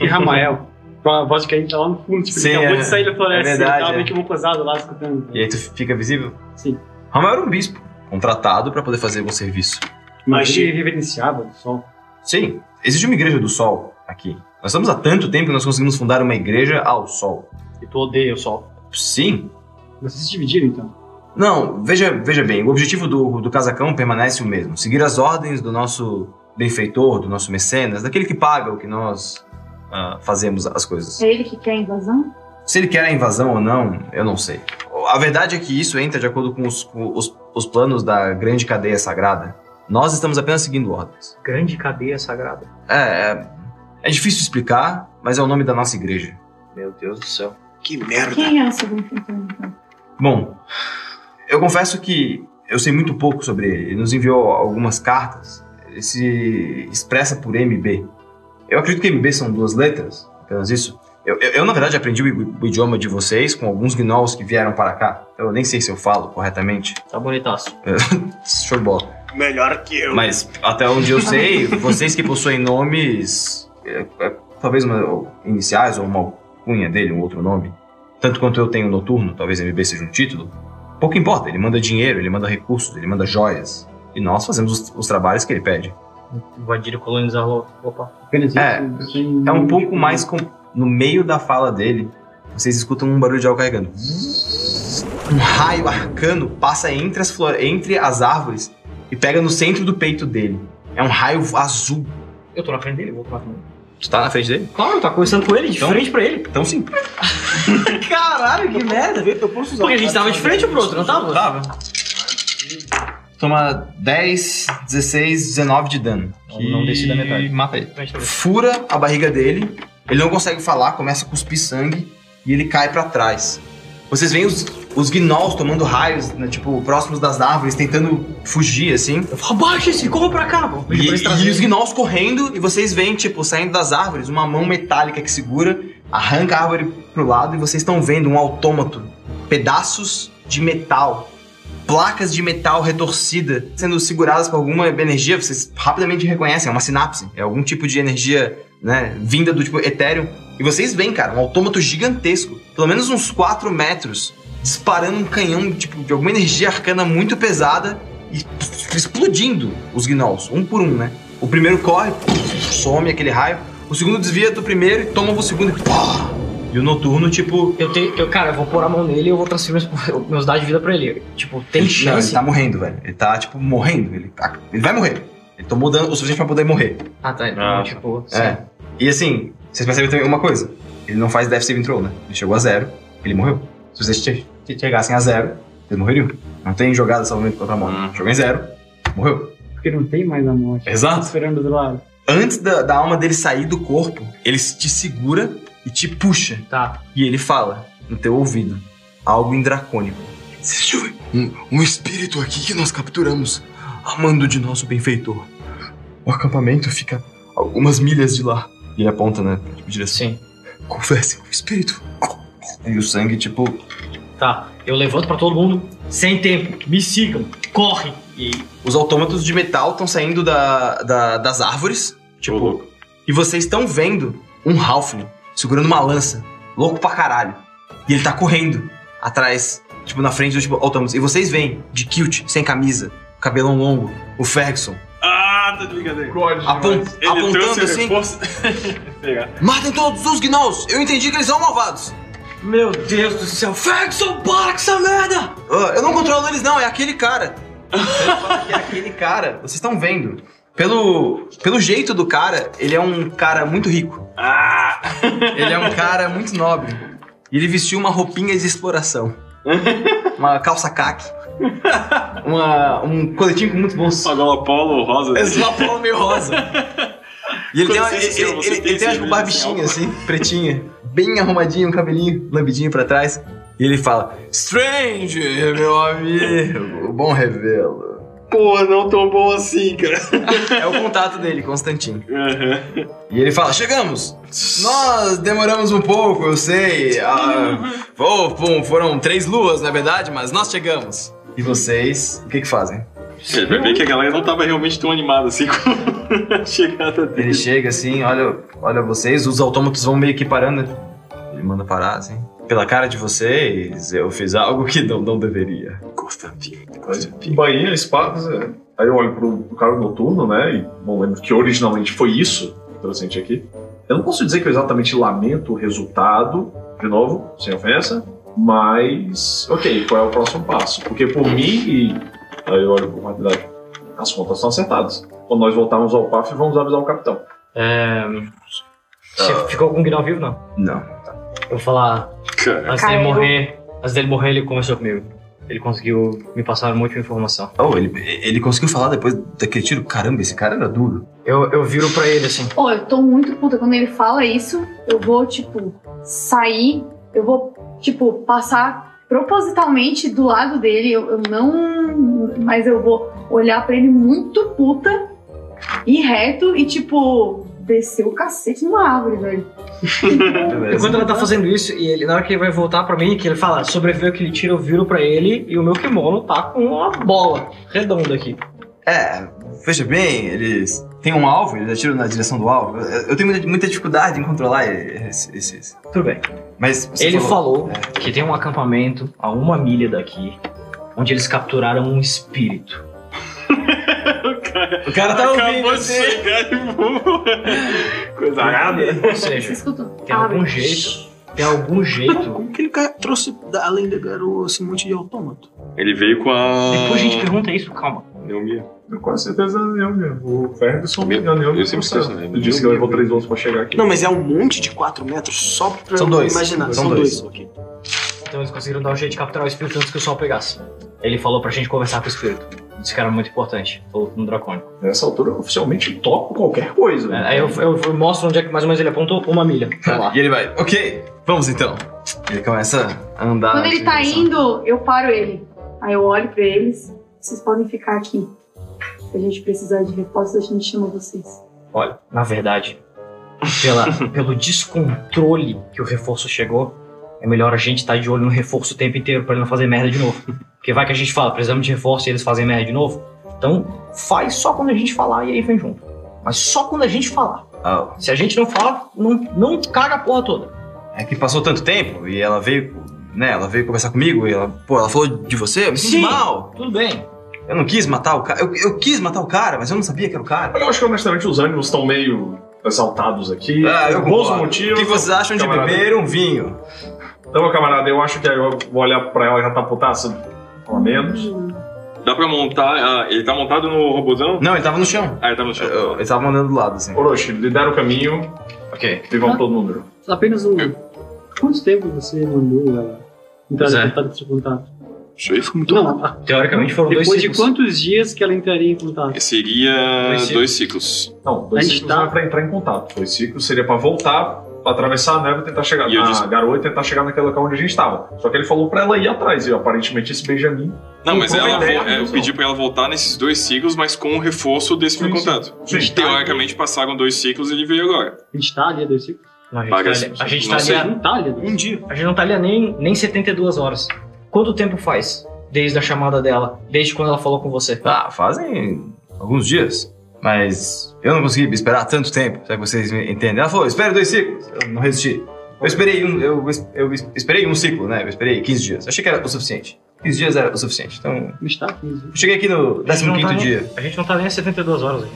Speaker 7: E Ramael, com a voz que a gente tá lá no fundo, tipo,
Speaker 1: Sim,
Speaker 7: ele acabou
Speaker 1: é.
Speaker 7: de sair da floresta,
Speaker 1: É
Speaker 7: ele
Speaker 1: verdade,
Speaker 7: tava
Speaker 1: é.
Speaker 7: meio que mocosado lá escutando.
Speaker 1: E aí tu fica visível?
Speaker 7: Sim.
Speaker 1: Ramael era um bispo, contratado para poder fazer um serviço.
Speaker 7: Mas ele reverenciava o sol.
Speaker 1: Sim, existe uma igreja do sol aqui. Nós estamos há tanto tempo que nós conseguimos fundar uma igreja ao sol.
Speaker 2: E tu odeia o sol.
Speaker 1: Sim.
Speaker 7: Vocês se dividiram então?
Speaker 1: Não, veja, veja bem, o objetivo do, do casacão permanece o mesmo. Seguir as ordens do nosso benfeitor, do nosso mecenas, daquele que paga o que nós ah, fazemos as coisas.
Speaker 8: É ele que quer a invasão?
Speaker 1: Se ele quer a invasão ou não, eu não sei. A verdade é que isso entra de acordo com os, com os- os planos da grande cadeia sagrada. Nós estamos apenas seguindo ordens.
Speaker 2: Grande cadeia sagrada.
Speaker 1: É, é, é difícil explicar, mas é o nome da nossa igreja.
Speaker 2: Meu Deus do céu.
Speaker 4: Que merda.
Speaker 8: Quem é o segundo fantasma? então?
Speaker 1: Bom, eu confesso que eu sei muito pouco sobre ele. Ele nos enviou algumas cartas. Ele se expressa por MB. Eu acredito que MB são duas letras, apenas isso. Eu, eu- eu, na verdade, aprendi o, i- o idioma de vocês com alguns gnolls que vieram para cá. Eu nem sei se eu falo corretamente.
Speaker 2: Tá bonitaço.
Speaker 1: Show de bola.
Speaker 4: Melhor que eu.
Speaker 1: Mas, até onde eu sei, vocês que possuem nomes... é, é, talvez uma, ou iniciais ou uma cunha dele, um outro nome. Tanto quanto eu tenho noturno, talvez MB seja um título. Pouco importa, ele manda dinheiro, ele manda recursos, ele manda joias. E nós fazemos os, os trabalhos que ele pede.
Speaker 2: Invadir e colonizar lo- Opa.
Speaker 7: Apenas isso?
Speaker 1: É,
Speaker 7: sem-
Speaker 1: É um pouco mais com- no meio da fala dele, vocês escutam um barulho de algo carregando. Um raio arcano passa entre as, flor- entre as árvores e pega no centro do peito dele. É um raio azul.
Speaker 2: Eu tô na frente dele, vou tomar frente.
Speaker 1: Tu tá na frente dele?
Speaker 11: Claro, tá conversando com
Speaker 2: é
Speaker 11: ele, de
Speaker 1: Então-
Speaker 11: frente pra ele.
Speaker 1: Então sim.
Speaker 11: Caralho, que merda.
Speaker 4: Eu posso usar
Speaker 11: Porque a gente tava de frente um pro outro, não tava?
Speaker 1: Tava. Toma 10, 16, 19 de dano.
Speaker 2: Não- não desci da metade.
Speaker 1: Mata ele.
Speaker 2: Frente também.
Speaker 1: fura a barriga dele, ele não consegue falar, começa a cuspir sangue e ele cai pra trás. Vocês veem os, os gnolls tomando raios, né, tipo, próximos das árvores, tentando fugir, assim.
Speaker 11: Eu falo, abaixa esse, corra pra cá, pô.
Speaker 1: E, e os gnolls correndo, e vocês veem, tipo, saindo das árvores, uma mão metálica que segura, arranca a árvore pro lado, e vocês estão vendo um autômato, pedaços de metal, placas de metal retorcida, sendo seguradas por alguma energia, vocês rapidamente reconhecem, é uma sinapse, é algum tipo de energia, né, vinda do tipo etéreo. E vocês veem, cara, um autômato gigantesco, pelo menos uns 4 metros, disparando um canhão, tipo, de alguma energia arcana muito pesada, e explodindo os gnolls, um por um, né? O primeiro corre, some aquele raio. O segundo desvia do primeiro e toma o segundo. e pá! E o noturno, tipo.
Speaker 11: Eu tenho, eu, cara, eu vou pôr a mão nele e eu vou transferir meus, meus dados de vida pra ele. Tipo, tem
Speaker 1: ele, não, ele
Speaker 11: chance.
Speaker 1: tá morrendo, velho. Ele tá, tipo, morrendo. Ele, tá- ele vai morrer. Ele tomou dano o suficiente pra poder morrer.
Speaker 11: Ah, tá. Então,
Speaker 3: Ah,
Speaker 11: tipo,
Speaker 1: É. E assim, vocês percebem também uma coisa: ele não faz Death Saving Throw, né? Ele chegou a zero, ele morreu. Se vocês che- che- chegassem a zero, vocês morreriam. Não tem jogada salvamento contra a
Speaker 11: Hum.
Speaker 1: morte. Jogou em zero, morreu.
Speaker 7: Porque não tem mais a morte.
Speaker 1: Exato.
Speaker 7: Tá esperando do lado.
Speaker 1: antes da, da alma dele sair do corpo, ele te segura e te puxa.
Speaker 11: Tá.
Speaker 1: E ele fala no teu ouvido algo em dracônico. Existe um, um espírito aqui que nós capturamos, a mando de nosso benfeitor. O acampamento fica algumas milhas de lá. E ele aponta, né? Tipo, direção.
Speaker 2: Sim.
Speaker 1: Confessem o espírito. E o sangue, tipo.
Speaker 2: Tá. Eu levanto pra todo mundo. Sem tempo. Me sigam. Corre. E
Speaker 1: Os autômatos de metal estão saindo da- da- das árvores. Tipo,
Speaker 3: Ô, louco.
Speaker 1: E vocês estão vendo um Halfling segurando uma lança, louco pra caralho. E ele tá correndo atrás, tipo, na frente do tipo, Automus. E vocês veem, de kilt, sem camisa, cabelão longo, o Ferguson,
Speaker 3: Ah, tá de brincadeira.
Speaker 6: God,
Speaker 1: apon-
Speaker 6: demais.
Speaker 3: Ele
Speaker 1: apontando
Speaker 3: trouxe
Speaker 1: assim:
Speaker 3: reforço. Será?
Speaker 1: Matem todos os gnolls! Eu entendi que eles são malvados!
Speaker 11: Meu Deus do céu. Ferguson, para com essa merda!
Speaker 1: Ah, eu não controlo eles, não, é aquele cara. Ele fala que é aquele cara, vocês estão vendo. Pelo, pelo jeito do cara, ele é um cara muito rico.
Speaker 11: Ah!
Speaker 1: Ele é um cara muito nobre. E ele vestiu uma roupinha de exploração. Uma calça caque. Uma, um coletinho com muitos bons.
Speaker 3: Pagou uma polo rosa.
Speaker 1: É uma polo meio rosa. E ele tem, uma,
Speaker 3: Quando você-
Speaker 1: ele, ele,
Speaker 3: você
Speaker 1: ele
Speaker 3: tem
Speaker 1: tem, uma,
Speaker 3: esse
Speaker 1: tipo,
Speaker 3: mesmo
Speaker 1: barbichinha,
Speaker 3: sinal?
Speaker 1: assim, pretinha. Bem arrumadinho, um cabelinho lambidinho pra trás. E ele fala, Strange, meu amigo, bom revê-lo.
Speaker 3: Porra, não tão bom assim, cara.
Speaker 1: É o contato dele, Constantino.
Speaker 3: Aham.
Speaker 1: E ele fala: Chegamos! Nós demoramos um pouco, eu sei. Ah, fo- fo- foram três luas, na verdade, mas nós chegamos. E vocês, o que que fazem?
Speaker 3: É, vai ver que a galera não tava realmente tão animada assim com a chegada
Speaker 1: Ele
Speaker 3: dele.
Speaker 1: chega assim, olha, olha vocês, os autômatos vão meio que parando. Ele manda parar, assim. Pela cara de vocês, eu fiz algo que não, não deveria.
Speaker 3: Constantino.
Speaker 6: Bainha, espadas. é. Aí eu olho pro, pro cara noturno, né? E não lembro que originalmente foi isso que eu senti aqui. Eu não posso dizer que eu exatamente lamento o resultado, de novo, sem ofensa, mas. Ok, qual é o próximo passo? Porque por mim e. Aí eu olho pro quantidade. As contas estão acertadas. Quando nós voltarmos ao PAF, vamos avisar o capitão.
Speaker 1: Ah.
Speaker 2: Você é, ficou com o Guinal vivo, não?
Speaker 1: Não.
Speaker 2: Eu vou falar,
Speaker 3: Cara,
Speaker 2: antes dele
Speaker 8: Caiu.
Speaker 2: morrer, antes dele morrer ele conversou comigo. Ele conseguiu me passar um monte de informação.
Speaker 1: Oh, ele, ele conseguiu falar depois daquele tiro? Caramba, esse cara era duro.
Speaker 2: Eu, eu viro pra ele assim,
Speaker 8: Pô, eu tô muito puta. Quando ele fala isso, eu vou, tipo, sair. Eu vou, tipo, passar propositalmente do lado dele. Eu, eu não. Mas eu vou olhar pra ele muito puta e reto e, tipo, descer o cacete numa árvore, velho.
Speaker 2: Enquanto ela tá fazendo isso, e ele, na hora que ele vai voltar pra mim, que ele fala, sobreviveu aquele tiro, eu viro pra ele e o meu kimono tá com uma bola redonda aqui.
Speaker 1: É, veja bem, eles têm um alvo, eles atiram na direção do alvo. Eu eu tenho muita, muita dificuldade em controlar esses. esses-
Speaker 2: Tudo bem.
Speaker 1: Mas você
Speaker 2: ele falou,
Speaker 1: É.
Speaker 2: que tem um acampamento a uma milha daqui, onde eles capturaram um espírito.
Speaker 1: O cara tá ouvindo
Speaker 3: acabou de
Speaker 1: assim.
Speaker 3: chegar e voou. Coisa errada.
Speaker 2: Ou
Speaker 8: Você
Speaker 2: seja,
Speaker 8: escutou?
Speaker 2: tem algum jeito, tem algum jeito.
Speaker 4: Como que ele ca- trouxe, da- além da garoa, esse monte de autômato?
Speaker 3: Ele veio com a.
Speaker 2: Depois a gente pergunta isso, calma.
Speaker 3: Neumia.
Speaker 6: Eu com certeza eu mesmo. O Ferguson
Speaker 3: me enganou Eu sempre no processo. esqueço, né?
Speaker 6: Ele disse que levou três outros pra chegar aqui.
Speaker 4: Não, mas é um monte de 4 metros só pra
Speaker 1: São dois.
Speaker 4: imaginar.
Speaker 1: São
Speaker 4: São,
Speaker 1: dois.
Speaker 4: dois. ok.
Speaker 2: Então eles conseguiram dar um jeito de capturar o espírito antes que o sol pegasse. Ele falou pra gente conversar com o espírito. Disse que era muito importante. Falou no dracônico.
Speaker 6: Nessa altura eu oficialmente topo qualquer coisa.
Speaker 2: É, Aí eu, eu- eu mostro onde é que mais ou menos ele apontou uma milha. Vamos lá.
Speaker 1: E ele vai, ok, vamos então. Ele começa a andar.
Speaker 8: Quando
Speaker 2: Ah,
Speaker 8: ele
Speaker 1: na
Speaker 8: tá
Speaker 1: direção.
Speaker 8: indo, eu paro ele. Aí eu olho pra eles. Vocês podem ficar aqui. Se a gente precisar de respostas, a gente chama vocês.
Speaker 2: Olha, na verdade, pela- pelo descontrole que o reforço chegou, é melhor a gente estar de olho no reforço o tempo inteiro pra ele não fazer merda de novo. Porque vai que a gente fala, precisamos de reforço e eles fazem merda de novo. Então, faz só quando a gente falar e aí vem junto. Mas só quando a gente falar.
Speaker 1: Ah,
Speaker 2: Se a gente não falar, não, não caga a porra toda.
Speaker 1: é que passou tanto tempo e ela veio, né? Ela veio conversar comigo e ela, pô, ela falou de você, eu me sinto
Speaker 2: Sim.
Speaker 1: mal.
Speaker 2: Tudo bem.
Speaker 1: Eu não quis matar o cara. Eu, eu quis matar o cara, mas eu não sabia que era o cara.
Speaker 6: Eu acho que honestamente os ânimos estão meio exaltados aqui.
Speaker 1: Ah, eu
Speaker 6: Por bons
Speaker 1: concordo. O
Speaker 6: motivos.
Speaker 1: que vocês acham de
Speaker 6: camarada.
Speaker 1: beber um vinho?
Speaker 6: Então, meu camarada, eu acho que aí eu vou olhar pra ela e já tá putaça. Pelo menos.
Speaker 8: Uhum.
Speaker 3: Dá pra montar. ah, ele tá montado no robozão?
Speaker 1: Não, ele tava no chão.
Speaker 3: Ah, ele tá no chão.
Speaker 1: Eu- Ele tava andando do lado, assim.
Speaker 6: Orochi, lidera o caminho
Speaker 1: Ok.
Speaker 6: e
Speaker 7: Ah.
Speaker 6: vamos todo número.
Speaker 7: Apenas um. Quanto tempo você mandou ela entrar
Speaker 2: Pois é.
Speaker 7: em contato, em contato?
Speaker 3: Seis?
Speaker 4: Muito bom.
Speaker 7: Não, a-
Speaker 2: Teoricamente foram
Speaker 7: depois
Speaker 2: dois
Speaker 7: de
Speaker 2: ciclos.
Speaker 7: quantos dias que ela entraria em contato?
Speaker 3: Seria
Speaker 2: Dois
Speaker 3: dois
Speaker 2: ciclos.
Speaker 3: ciclos.
Speaker 6: Não, dois
Speaker 7: A gente
Speaker 6: ciclos
Speaker 7: tá-
Speaker 6: não é pra entrar em contato. Dois ciclos seria pra voltar, pra atravessar a neve e tentar chegar
Speaker 3: E eu
Speaker 6: na
Speaker 3: disse-
Speaker 6: garoa e tentar chegar naquele local onde a gente tava. Só que ele falou pra ela ir atrás, e aparentemente esse Benjamin.
Speaker 3: Não, mas
Speaker 6: Não,
Speaker 3: ela vo-
Speaker 6: não, não.
Speaker 3: é, eu pedi pra ela voltar nesses dois ciclos, mas com o reforço desse meu
Speaker 6: Sim, sim.
Speaker 3: contato.
Speaker 6: Sim.
Speaker 3: Que, Teoricamente passaram dois ciclos e ele veio agora.
Speaker 7: A gente tá ali há dois ciclos?
Speaker 2: Não, a gente
Speaker 3: Paga
Speaker 2: tá ali- a gente
Speaker 3: não
Speaker 2: tá ali
Speaker 3: sei.
Speaker 2: há-
Speaker 7: Não tá ali há dois
Speaker 4: Um dia.
Speaker 2: A gente não tá ali há nem, nem 72 horas. Quanto tempo faz? Desde a chamada dela, desde quando ela falou com você.
Speaker 1: Ah, fazem alguns dias. Mas eu não consegui esperar tanto tempo. Será que vocês me entendem? Ela falou, espere dois ciclos. Eu não resisti. Eu esperei um. Eu, es- eu es- esperei um ciclo, né? Eu esperei 15 dias. Achei que era o suficiente. 15 dias era o suficiente. Então.
Speaker 7: A gente tá aqui.
Speaker 1: Eu cheguei aqui no
Speaker 2: A gente não
Speaker 1: 15
Speaker 2: tá nem-
Speaker 1: dia.
Speaker 2: A gente não tá nem há 72 horas aqui.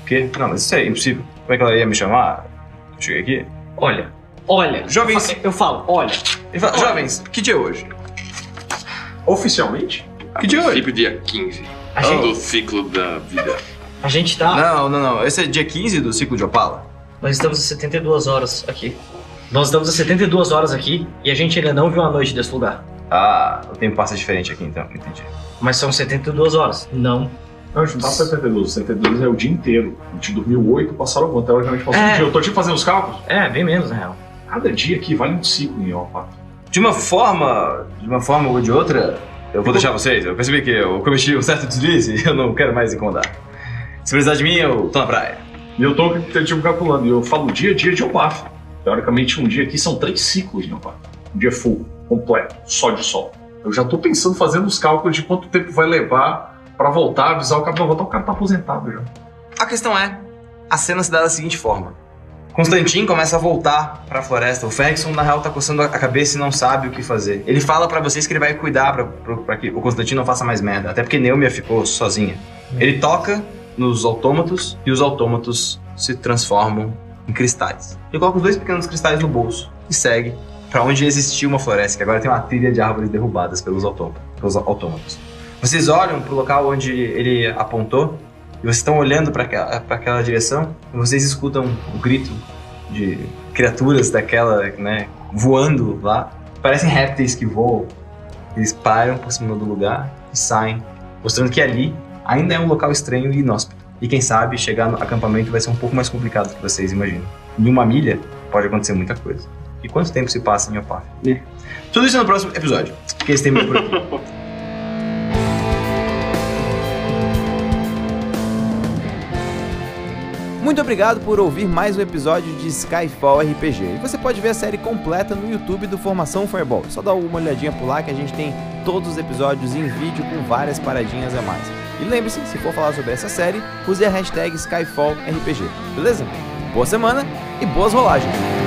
Speaker 1: Porque. Não, mas isso é impossível. Como é que ela ia me chamar? Eu cheguei aqui.
Speaker 2: Olha, olha.
Speaker 1: Jovens.
Speaker 2: Eu fa- Eu falo, olha.
Speaker 1: Ele fala, jovens, que dia é hoje?
Speaker 6: Oficialmente?
Speaker 1: Que dia é hoje?
Speaker 3: Princípio dia 15.
Speaker 2: A
Speaker 3: Fim
Speaker 2: gente,
Speaker 3: Do ciclo da vida.
Speaker 2: a gente tá.
Speaker 1: Não, não, não. Esse é dia 15 do ciclo de Opala.
Speaker 2: Nós estamos há 72 horas aqui. Nós estamos há 72 horas aqui e a gente ainda não viu a noite desse lugar.
Speaker 1: Ah, o tempo passa diferente aqui então, entendi.
Speaker 2: Mas são 72 horas. Não.
Speaker 6: Não, a gente não tá 72. 72 é o dia inteiro. A gente dormiu 8, passaram quanto? Teoricamente passou
Speaker 2: É.
Speaker 6: um dia. Eu tô te fazendo os cálculos.
Speaker 2: É, bem menos, na real.
Speaker 6: Cada dia aqui vale um ciclo em Alpha.
Speaker 1: De uma forma, de uma forma ou de outra, Eu vou deixar vocês, eu percebi que eu cometi um certo deslize e eu não quero mais incomodar. Se precisar de mim, eu tô na praia.
Speaker 6: E eu tô tipo, calculando. E eu falo dia a dia de Opaf. Teoricamente, um dia aqui são três ciclos de Opaf. Um dia full, completo, só de sol. Eu já tô pensando, fazendo os cálculos de quanto tempo vai levar pra voltar, avisar o cara pra voltar. O cara tá aposentado já.
Speaker 1: A questão é, a cena se dá da seguinte forma. Constantin começa a voltar pra floresta. O Ferguson, na real, tá coçando a cabeça e não sabe o que fazer. Ele fala pra vocês que ele vai cuidar pra, pra- pra que o Constantin não faça mais merda. Até porque Neumia ficou sozinha. Ele toca nos autômatos e os autômatos se transformam em cristais. Ele coloca os dois pequenos cristais no bolso e segue pra onde existia uma floresta, que agora tem uma trilha de árvores derrubadas pelos, autôma- pelos autômatos. Vocês olham pro local onde ele apontou e vocês estão olhando para aquela, pra aquela direção e vocês escutam o grito de criaturas daquela, né, voando lá. Parecem répteis que voam. Eles param por cima do lugar e saem, mostrando que ali ainda é um local estranho e inóspito. E quem sabe chegar no acampamento vai ser um pouco mais complicado do que vocês imaginam. Em uma milha pode acontecer muita coisa. E quanto tempo se passa em Opaf? Tudo isso no próximo episódio, porque esse tem muito por aqui.
Speaker 12: Muito obrigado por ouvir mais um episódio de Skyfall RPG. E você pode ver a série completa no YouTube do Formação Fireball. É Só dá uma olhadinha por lá que a gente tem todos os episódios em vídeo com várias paradinhas a mais. E lembre-se, se for falar sobre essa série, use a hashtag SkyfallRPG, beleza? Boa semana e boas rolagens!